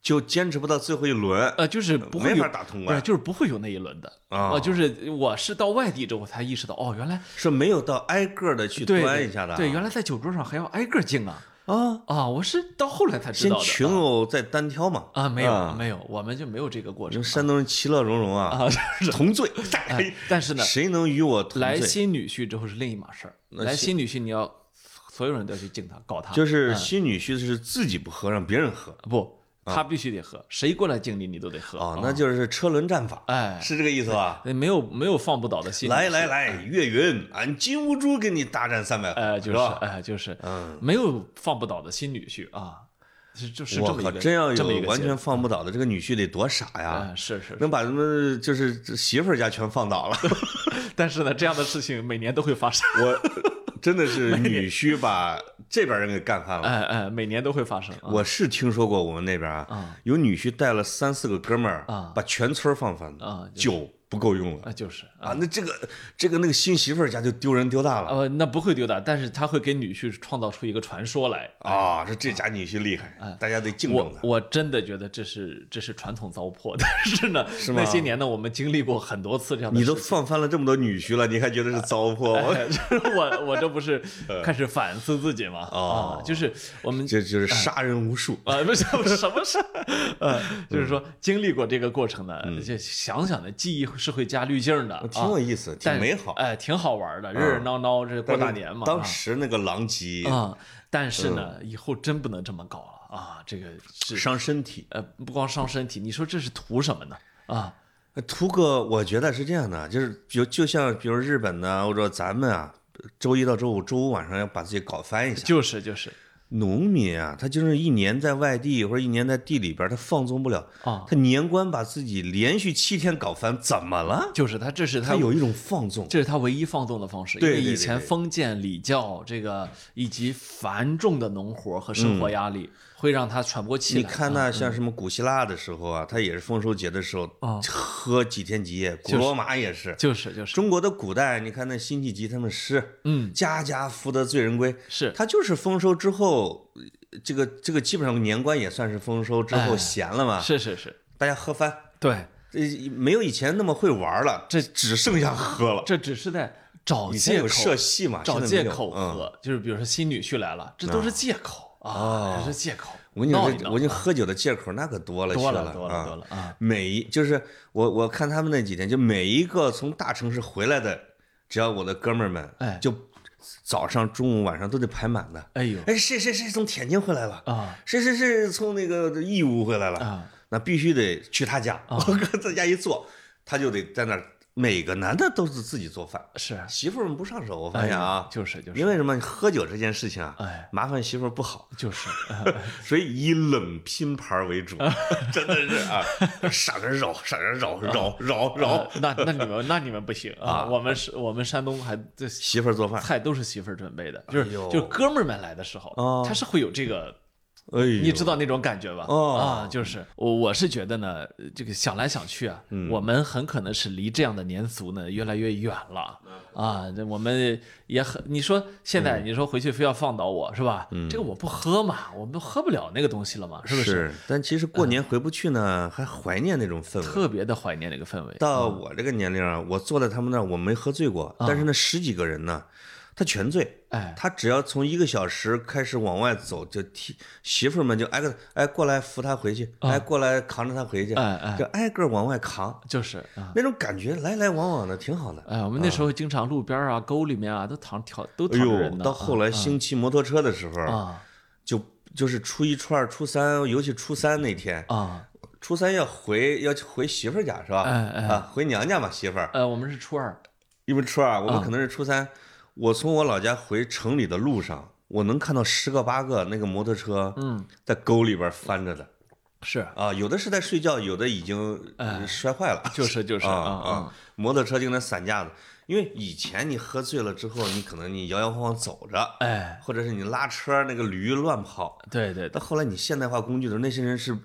B: 就坚持不到最后一轮，
A: 呃，就是不会
B: 没
A: 有
B: 法打通
A: 不是，
B: 关。
A: 就是不会有那一轮的
B: 啊
A: 呃就是我是到外地之后我才意识到，哦，原来
B: 是没有到挨个的去
A: 对
B: 端一下的啊，
A: 对，原来在酒桌上还要挨个敬啊
B: 啊，
A: 啊！我是到后来才知
B: 先
A: 道的
B: 群殴再单挑嘛。
A: 啊，没有
B: 嗯
A: 没有，我们就没有这个过
B: 因
A: 程
B: 为山东人其乐融融啊，
A: 啊。是
B: 同罪。
A: 哎但是呢，
B: 谁能与我同
A: 来
B: 罪？
A: 新女婿之后是另一码事儿，
B: 那
A: 来
B: 新
A: 新女婿你要所有人都要去敬他告他，
B: 就是新女婿是自己不喝，让别人喝
A: 不，
B: 啊
A: 他必须得喝，谁过来敬你你都得喝
B: 啊，那就是车轮战法，
A: 哦哎，
B: 是这个意思吧？
A: 没有没有放不倒的新女
B: 来
A: 婿，
B: 来来，岳云，俺金兀术跟你大战三百回，
A: 哎，就是
B: 是吧？
A: 哎就是
B: 嗯，
A: 没有放不倒的新女婿啊，是就是这
B: 我
A: 么一
B: 靠，
A: 个
B: 真要
A: 这么一
B: 有
A: 个
B: 完
A: 结
B: 全放不倒的，这个女婿得多傻
A: 果
B: 呀！
A: 哎是是，
B: 能把他们就是媳妇儿家全 放倒了，
A: 但是呢，这样的事情每年都会发生，
B: 我 真的是女婿把这边人给干翻了。
A: 哎哎，每年都会发生啊
B: 我是听说过我们那边啊
A: 啊，
B: 有女婿带了三四个哥们儿
A: 啊
B: 把全村儿放翻了
A: 啊，
B: 酒不够用了
A: 啊，就是啊。
B: 啊，那这个这个那个新媳妇儿家就丢人丢大了
A: 呃，那不会丢的，但是他会给女婿创造出一个传说来。
B: 啊，说这家女婿厉害，大家得敬重
A: 哎我
B: 他。
A: 我真的觉得这是这是传统糟粕， 但是呢，
B: 吗
A: 那些年呢，我们经历过很多次这样的
B: 你
A: 事情。
B: 都放翻了这么多女婿了，你还觉得是糟粕？我
A: 哎 就是我我这不 是开始反思自己嘛？
B: 嗯哦
A: 啊，就是我们
B: 这就是杀人无数。
A: 啊，不是不是什么 事，呃，就是说经历过这个过程
B: 嗯
A: 呢，就想想呢，记忆是会加滤镜的，
B: 挺
A: 啊
B: 有意思，挺
A: 但
B: 美好。嗯
A: 哎，挺好玩的，热热闹闹这过大年嘛。
B: 当
A: 啊
B: 时嗯那个狼藉
A: 啊，但是呢，以后真不能这么搞了啊！这个是
B: 伤身体，
A: 呃，不光伤身体，你说这是图什么呢？啊，
B: 图个我觉得是这样的，就是就就像比如日本呢，或者咱们啊，周一到周五、周五晚上要把自己搞翻一下。
A: 就是就是
B: 农民啊，他就是一年在外地或者一年在地里边，他放纵不了
A: 啊
B: 他年关把自己连续七天搞翻，怎么了？
A: 就是他，这是
B: 他有一种放纵，
A: 这是他唯一放纵的方式，因
B: 对
A: 为
B: 对
A: 以
B: 对
A: 前
B: 对
A: 封建礼教这个以及繁重的农活和生活压力，会让他喘不过气
B: 嗯你
A: 来。嗯
B: 看那像什么古希腊的时候啊，他也是丰收节的时候
A: 啊
B: 喝几天几夜，古罗马也是。
A: 就是就是，
B: 中国的古代，你看那辛弃疾他们诗，
A: 嗯，
B: 家家福得醉人归，
A: 是
B: 他就是丰收之后，呃这个这个基本上年关也算是丰收之后
A: 哎
B: 闲了嘛，
A: 是是是，
B: 大家喝翻，
A: 对，
B: 这没有以前那么会玩了，
A: 这
B: 只剩下喝了。
A: 这只是在找
B: 以前
A: 借
B: 有
A: 口，
B: 社戏嘛，
A: 找
B: 现在
A: 借
B: 没有
A: 口。
B: 嗯
A: 喝，就是比如说新女婿来了，这都是借口啊，这是借口。
B: 我跟你
A: 闹
B: 说
A: 一闹
B: 这，我跟你喝酒的借口那可多了去
A: 多
B: 了嗯
A: 了多了多
B: 了。
A: 了啊，
B: 每一就是我我看他们那几天，就每一个从大城市回来的，只要我的哥们儿们，
A: 哎
B: 就早上、中午、晚上都得排满的。
A: 哎呦
B: 哎，谁谁谁从天津回来了？
A: 啊
B: 谁谁谁从那个义乌回来了？
A: 啊
B: 那必须得去他家， 我搁他家一坐，他就得在那儿。每个男的都是自己做饭，
A: 是，
B: 媳妇儿们不上手，我发
A: 哎
B: 现啊，
A: 就是就是，
B: 因为什么？喝酒这件事情啊，
A: 哎
B: 麻烦媳妇儿不好，
A: 就是啊
B: 所以以冷拼盘为主， 真的是啊，上点揉，上点揉，揉揉揉。
A: 那那 你们那你们不行呃啊，我们是我们山东还这
B: 媳妇儿做饭，
A: 菜都是媳妇儿准备的，就是
B: 哎呦
A: 就是哥们儿们来的时候
B: 哦，
A: 他是会有这个，
B: 哎呦，
A: 你知道那种感觉吧？
B: 哦
A: 啊啊，就是我我是觉得呢，呃这个想来想去啊，我们很可能是离这样的年俗呢越来越远了啊。这我们也很，你说现在你说回去非要放倒我是吧？这个我不喝嘛，我们喝不了那个东西了嘛，嗯是不是？
B: 是？啊但其实过年回不去呢，还怀念那种氛围。
A: 特别的怀念那个氛围。
B: 到我这个年龄啊，我坐在他们那儿，我没喝醉过，但是那十几个人呢，他全醉。
A: 哎，
B: 他只要从一个小时开始往外走，就替媳妇儿们就挨个哎过来扶他回去，哎过来扛着他回去，
A: 哎哎
B: 就挨个往外扛，
A: 就是啊。
B: 那种感觉来来往往的，挺好的。
A: 哎，我们那时候经常路边啊、沟里面啊，都躺挑都
B: 嗯
A: 躺
B: 哎
A: 着
B: 呦
A: 人，呢。嗯
B: 到后来兴骑摩托车的时
A: 啊
B: 候，
A: 啊
B: 就就是初一、初二、初三，尤其初三那天，
A: 啊！
B: 初三要回要回媳妇儿家是吧？
A: 哎哎
B: 啊，回娘家嘛，媳妇儿。
A: 呃，我们是初二，
B: 因为初二，
A: 啊
B: 我们可能是初三。我从我老家回城里的路上，我能看到十个八个那个摩托车，嗯，在沟里边翻着的
A: 是
B: 啊，有的是在睡觉，有的已经呃摔坏了。
A: 哎 就是就是
B: 啊
A: 啊
B: 啊！摩托车就那散架子，因为以前你喝醉了之后，你可能你摇摇晃晃走着，
A: 哎，
B: 或者是你拉车那个驴乱跑。
A: 对对对，
B: 到后来你现代化工具的时候，那些人是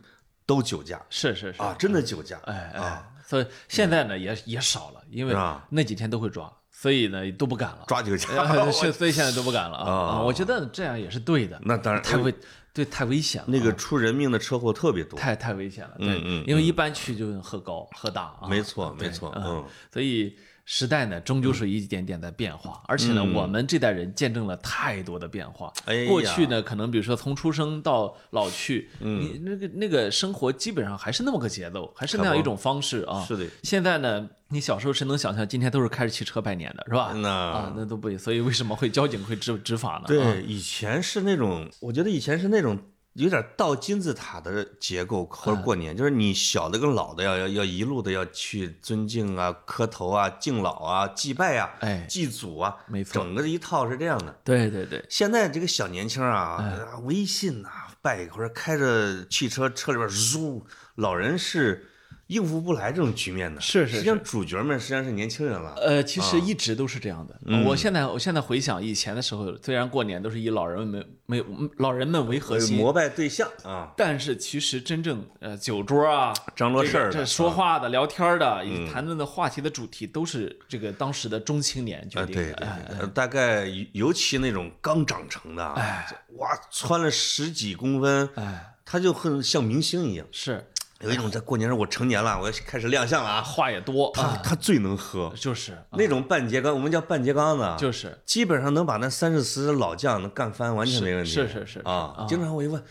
B: 都酒驾啊
A: 是是是，哎
B: 啊，真的酒驾，
A: 哎哎，所以现在呢也也少了，因为
B: 啊
A: 那几天都会抓，所以呢都不敢了，
B: 抓几个家
A: 呃
B: 伙。
A: 是 所以现在都不敢了啊
B: 啊
A: 啊！我觉得这样也是对的，
B: 那当然，
A: 太危对太危险了啊，
B: 那个出人命的车祸特别多，
A: 太太危险了，对，
B: 嗯嗯
A: 因为一般去就是喝高喝大啊，
B: 没错
A: 对
B: 没错
A: 啊
B: 嗯
A: 所以时代呢终究是一点点在变
B: 嗯
A: 化，而且呢，我们这代人见证了太多的变化。
B: 哎呀
A: 过去呢，可能比如说从出生到老去，
B: 嗯
A: 你那个那个生活基本上还是那么个节奏，还是那样一种方式啊。
B: 是的
A: 现在呢，你小时候谁能想象今天都是开着汽车拜年的，是吧？
B: 那
A: 啊，那都不，所以为什么会交警会执执法呢？啊
B: 嗯对，以前是那种，我觉得以前是那种有点倒金字塔的结构，或
A: 哎
B: 者过年，就是你小的跟老的要要要一路的要去尊敬啊、磕头啊、敬老啊、祭拜啊、
A: 哎
B: 祭祖啊，
A: 没错
B: 整个一套是这样的。
A: 对对对，
B: 现在这个小年轻啊，
A: 哎
B: 啊微信呐、拜或者开着汽车车里边嗖，老人是应付不来这种局面的。
A: 是是
B: 实际上主角们实际上是年轻人了。
A: 呃，其
B: 啊
A: 实一直都是这样的。
B: 嗯
A: 我现在我现在回想以前的时候，虽然过年都是以老人们为为老人们为核心，
B: 膜拜对象啊，
A: 但是其实真正呃酒桌啊，
B: 张罗事
A: 这
B: 儿
A: 个
B: 的嗯
A: 这说话的、聊天的以及谈论的话题的主题，都是这个当时的中青年决
B: 啊，
A: 定
B: 对对
A: 的。哎
B: 对，呃大概尤尤其那种刚长成的啊，哇，穿了十几公分，
A: 哎，
B: 他就很像明星一样。
A: 是
B: 有一种在过年时候我成年了，我要开始亮相了啊，
A: 话也多
B: 他
A: 啊，
B: 他最能喝，
A: 就是啊
B: 那种半截缸，我们叫半截缸子啊，
A: 就是
B: 基本上能把那三四十老将能干翻，完全没问题。
A: 是是是
B: 啊，经常我一问，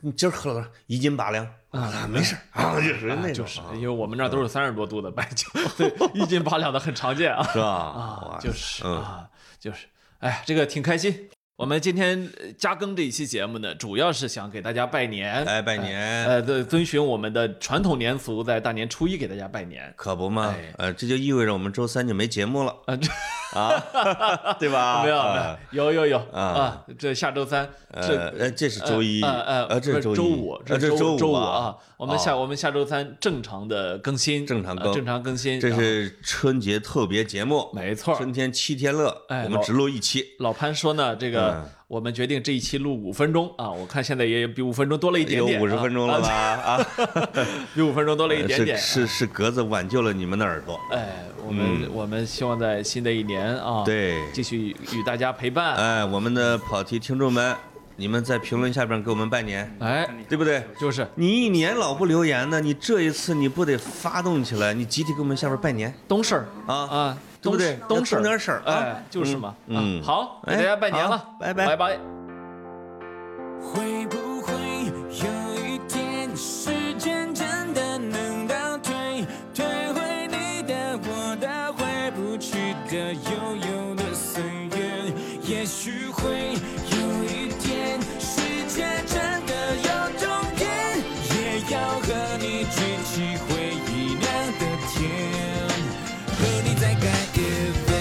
B: 你今儿喝了多少？一斤八两啊，没事儿啊，就属于那
A: 就
B: 种
A: 是
B: 啊，，
A: 因为我们这儿都是三十多度的白酒，对， 一斤八两的很常见啊。
B: 是吧？
A: 啊
B: 哇，
A: 就是
B: 嗯
A: 啊，就是，哎，这个挺开心。我们今天呃加更这一期节目呢，主要是想给大家拜年，
B: 哎，拜年
A: 呃，遵遵循我们的传统年俗，在大年初一给大家拜年。
B: 可不嘛
A: 哎，
B: 呃，这就意味着我们周三就没节目了。
A: 啊，这
B: 啊， 对 吧？
A: 没有，没
B: 啊
A: 有有有有啊！这下周三，
B: 呃，
A: 这
B: 呃这是周一，
A: 呃呃，
B: 呃，这
A: 不
B: 是
A: 是周
B: 五，
A: 这
B: 呃，
A: 是
B: 这
A: 周
B: 周
A: 五
B: 啊，
A: 啊！我们下我们下周三正常的更新，
B: 正常
A: 呃
B: 更
A: 正常更新，
B: 这
A: 然后
B: 是春节特别节目，
A: 没错儿。
B: 春天七天乐，
A: 哎
B: 我们
A: 老
B: 只录一期，
A: 老潘说呢，这个
B: 嗯
A: 我们决定这一期录五分钟啊，我看现在也比五分钟多了一点
B: 有
A: 点啊，
B: 五十分钟了吧？啊，
A: 啊，比五分钟多了一点
B: 呃
A: 啊
B: 是
A: 点。
B: 是是格子挽救了你们的耳朵，
A: 哎，我们我们希望在新的一年啊，，
B: 对，
A: 继续与大家陪伴。
B: 哎，我们的跑题听众们，你们在评论下边给我们拜年，
A: 哎，
B: 对不对？
A: 就是
B: 你一年老不留言呢，你这一次你不得发动起来，你集体给我们下边拜年
A: 懂事儿
B: 啊
A: 啊，
B: 对
A: 懂
B: 不对
A: 事懂事
B: 要懂点事儿啊
A: 哎，就是嘛。
B: 嗯
A: 啊好，给
B: 哎
A: 大家拜年了
B: 好，拜拜
A: 拜拜。
C: 会不会有一天，时间真的能倒退，退回你的、我的、回不去的悠悠的岁月？也许会有一天，世界真的有终点，也要和你举起回忆酿的甜，和你再干一杯。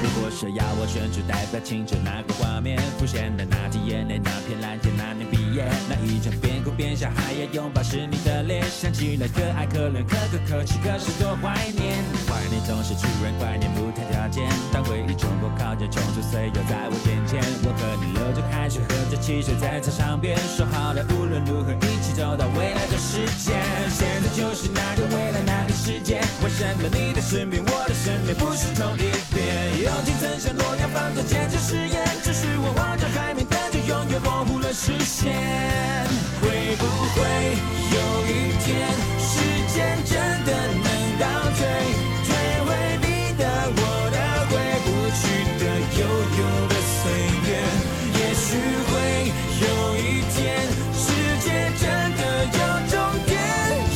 C: 如果是要我选出代表，请着那个画面浮现的那几页，那张片蓝天，那年毕业，那一张边哭边笑，还要拥抱是你的脸，想起来可爱可怜可歌可泣，可是多怀念。怀念总是突然，怀念不谈条件，当回忆冲破靠近，冲出岁月在我眼前，我和你流着汗水，喝着汽水在操场边，说好的无论如何一起走到未来的世界，现在就是那个未来那个世界，为什么你的身边，我的身边不是同一边？友情曾像诺亚方舟，坚持誓言，只是我望着海面，但却永远模糊了视线。会不会有一天，时间真的能倒退，退回你的、我的、回不去的悠悠的岁月？也许会有一天，世界真的有终点，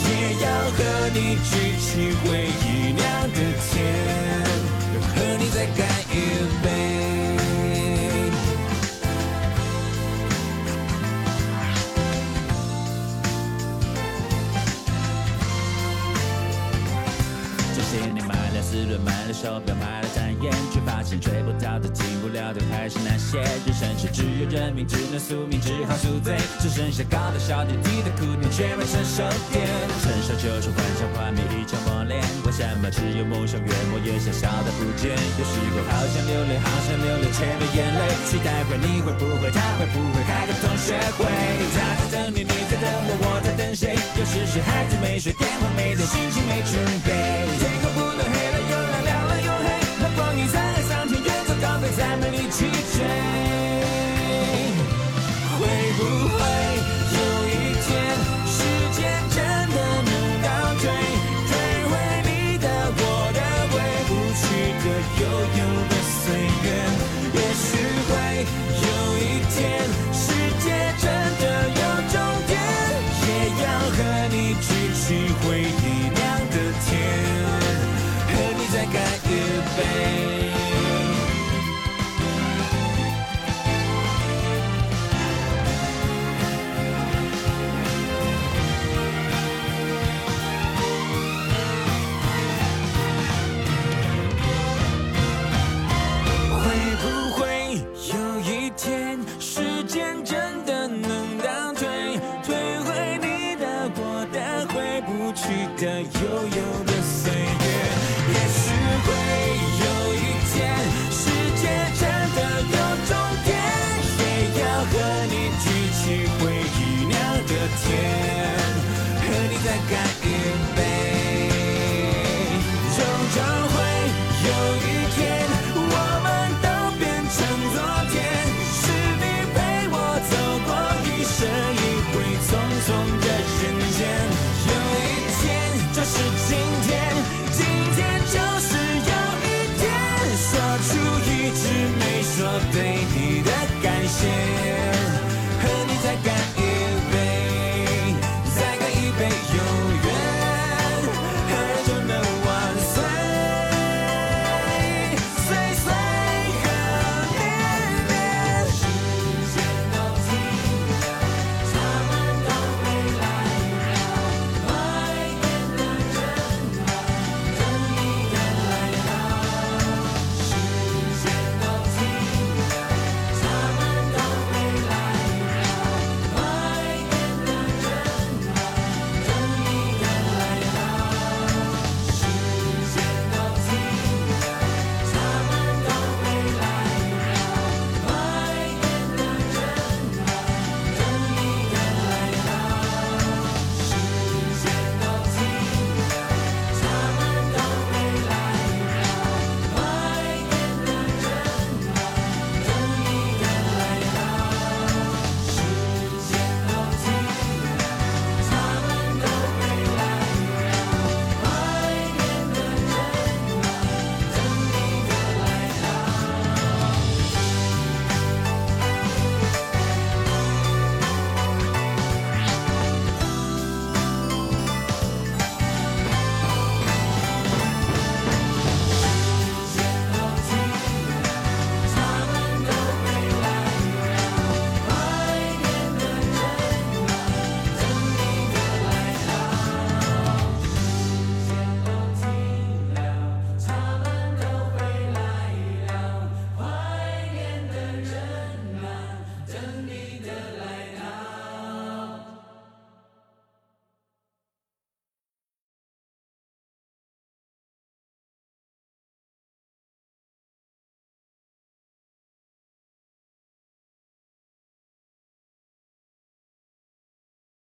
C: 也要和你举起回忆酿的甜。和你再干一杯。这些了四轮，买了手表，买了单眼，却发现追不到的、进不了的还是那些。人生是只有认命，只能宿命，只好宿醉，只剩下高的小点低的苦点，却没成熟点。成熟就是幻想幻灭一场磨练，为什么只有梦想越磨越想笑的不见？有时候好想流泪，好想流泪，却没眼泪。期待会，你会不会？他会不会开个同学会？他在等你，你在等我，我在等谁？有时是孩子没睡，电话没接，心情没准备，天空不能黑了又亮，亮了又黑，那光阴三爱上天，远走高飞，才没力气追。会不会有一天，时间真的能倒退，退回你的我的回不去的悠悠的岁月？也许会有一天，世界真的有终点，也要和你举起回忆酿的甜，和你再干一杯。会不会有一天，时间真的能倒退，退回你的我的回不去的悠悠的岁月？也许会有一天，世界真的有终点，也要和你举起回忆酿的甜，和你再干一杯。终将会有一天，我们都变成昨天。是你陪我走过一生一回匆匆的瞬间。有一天，就是今天，今天就是有一天，说出一直没说对你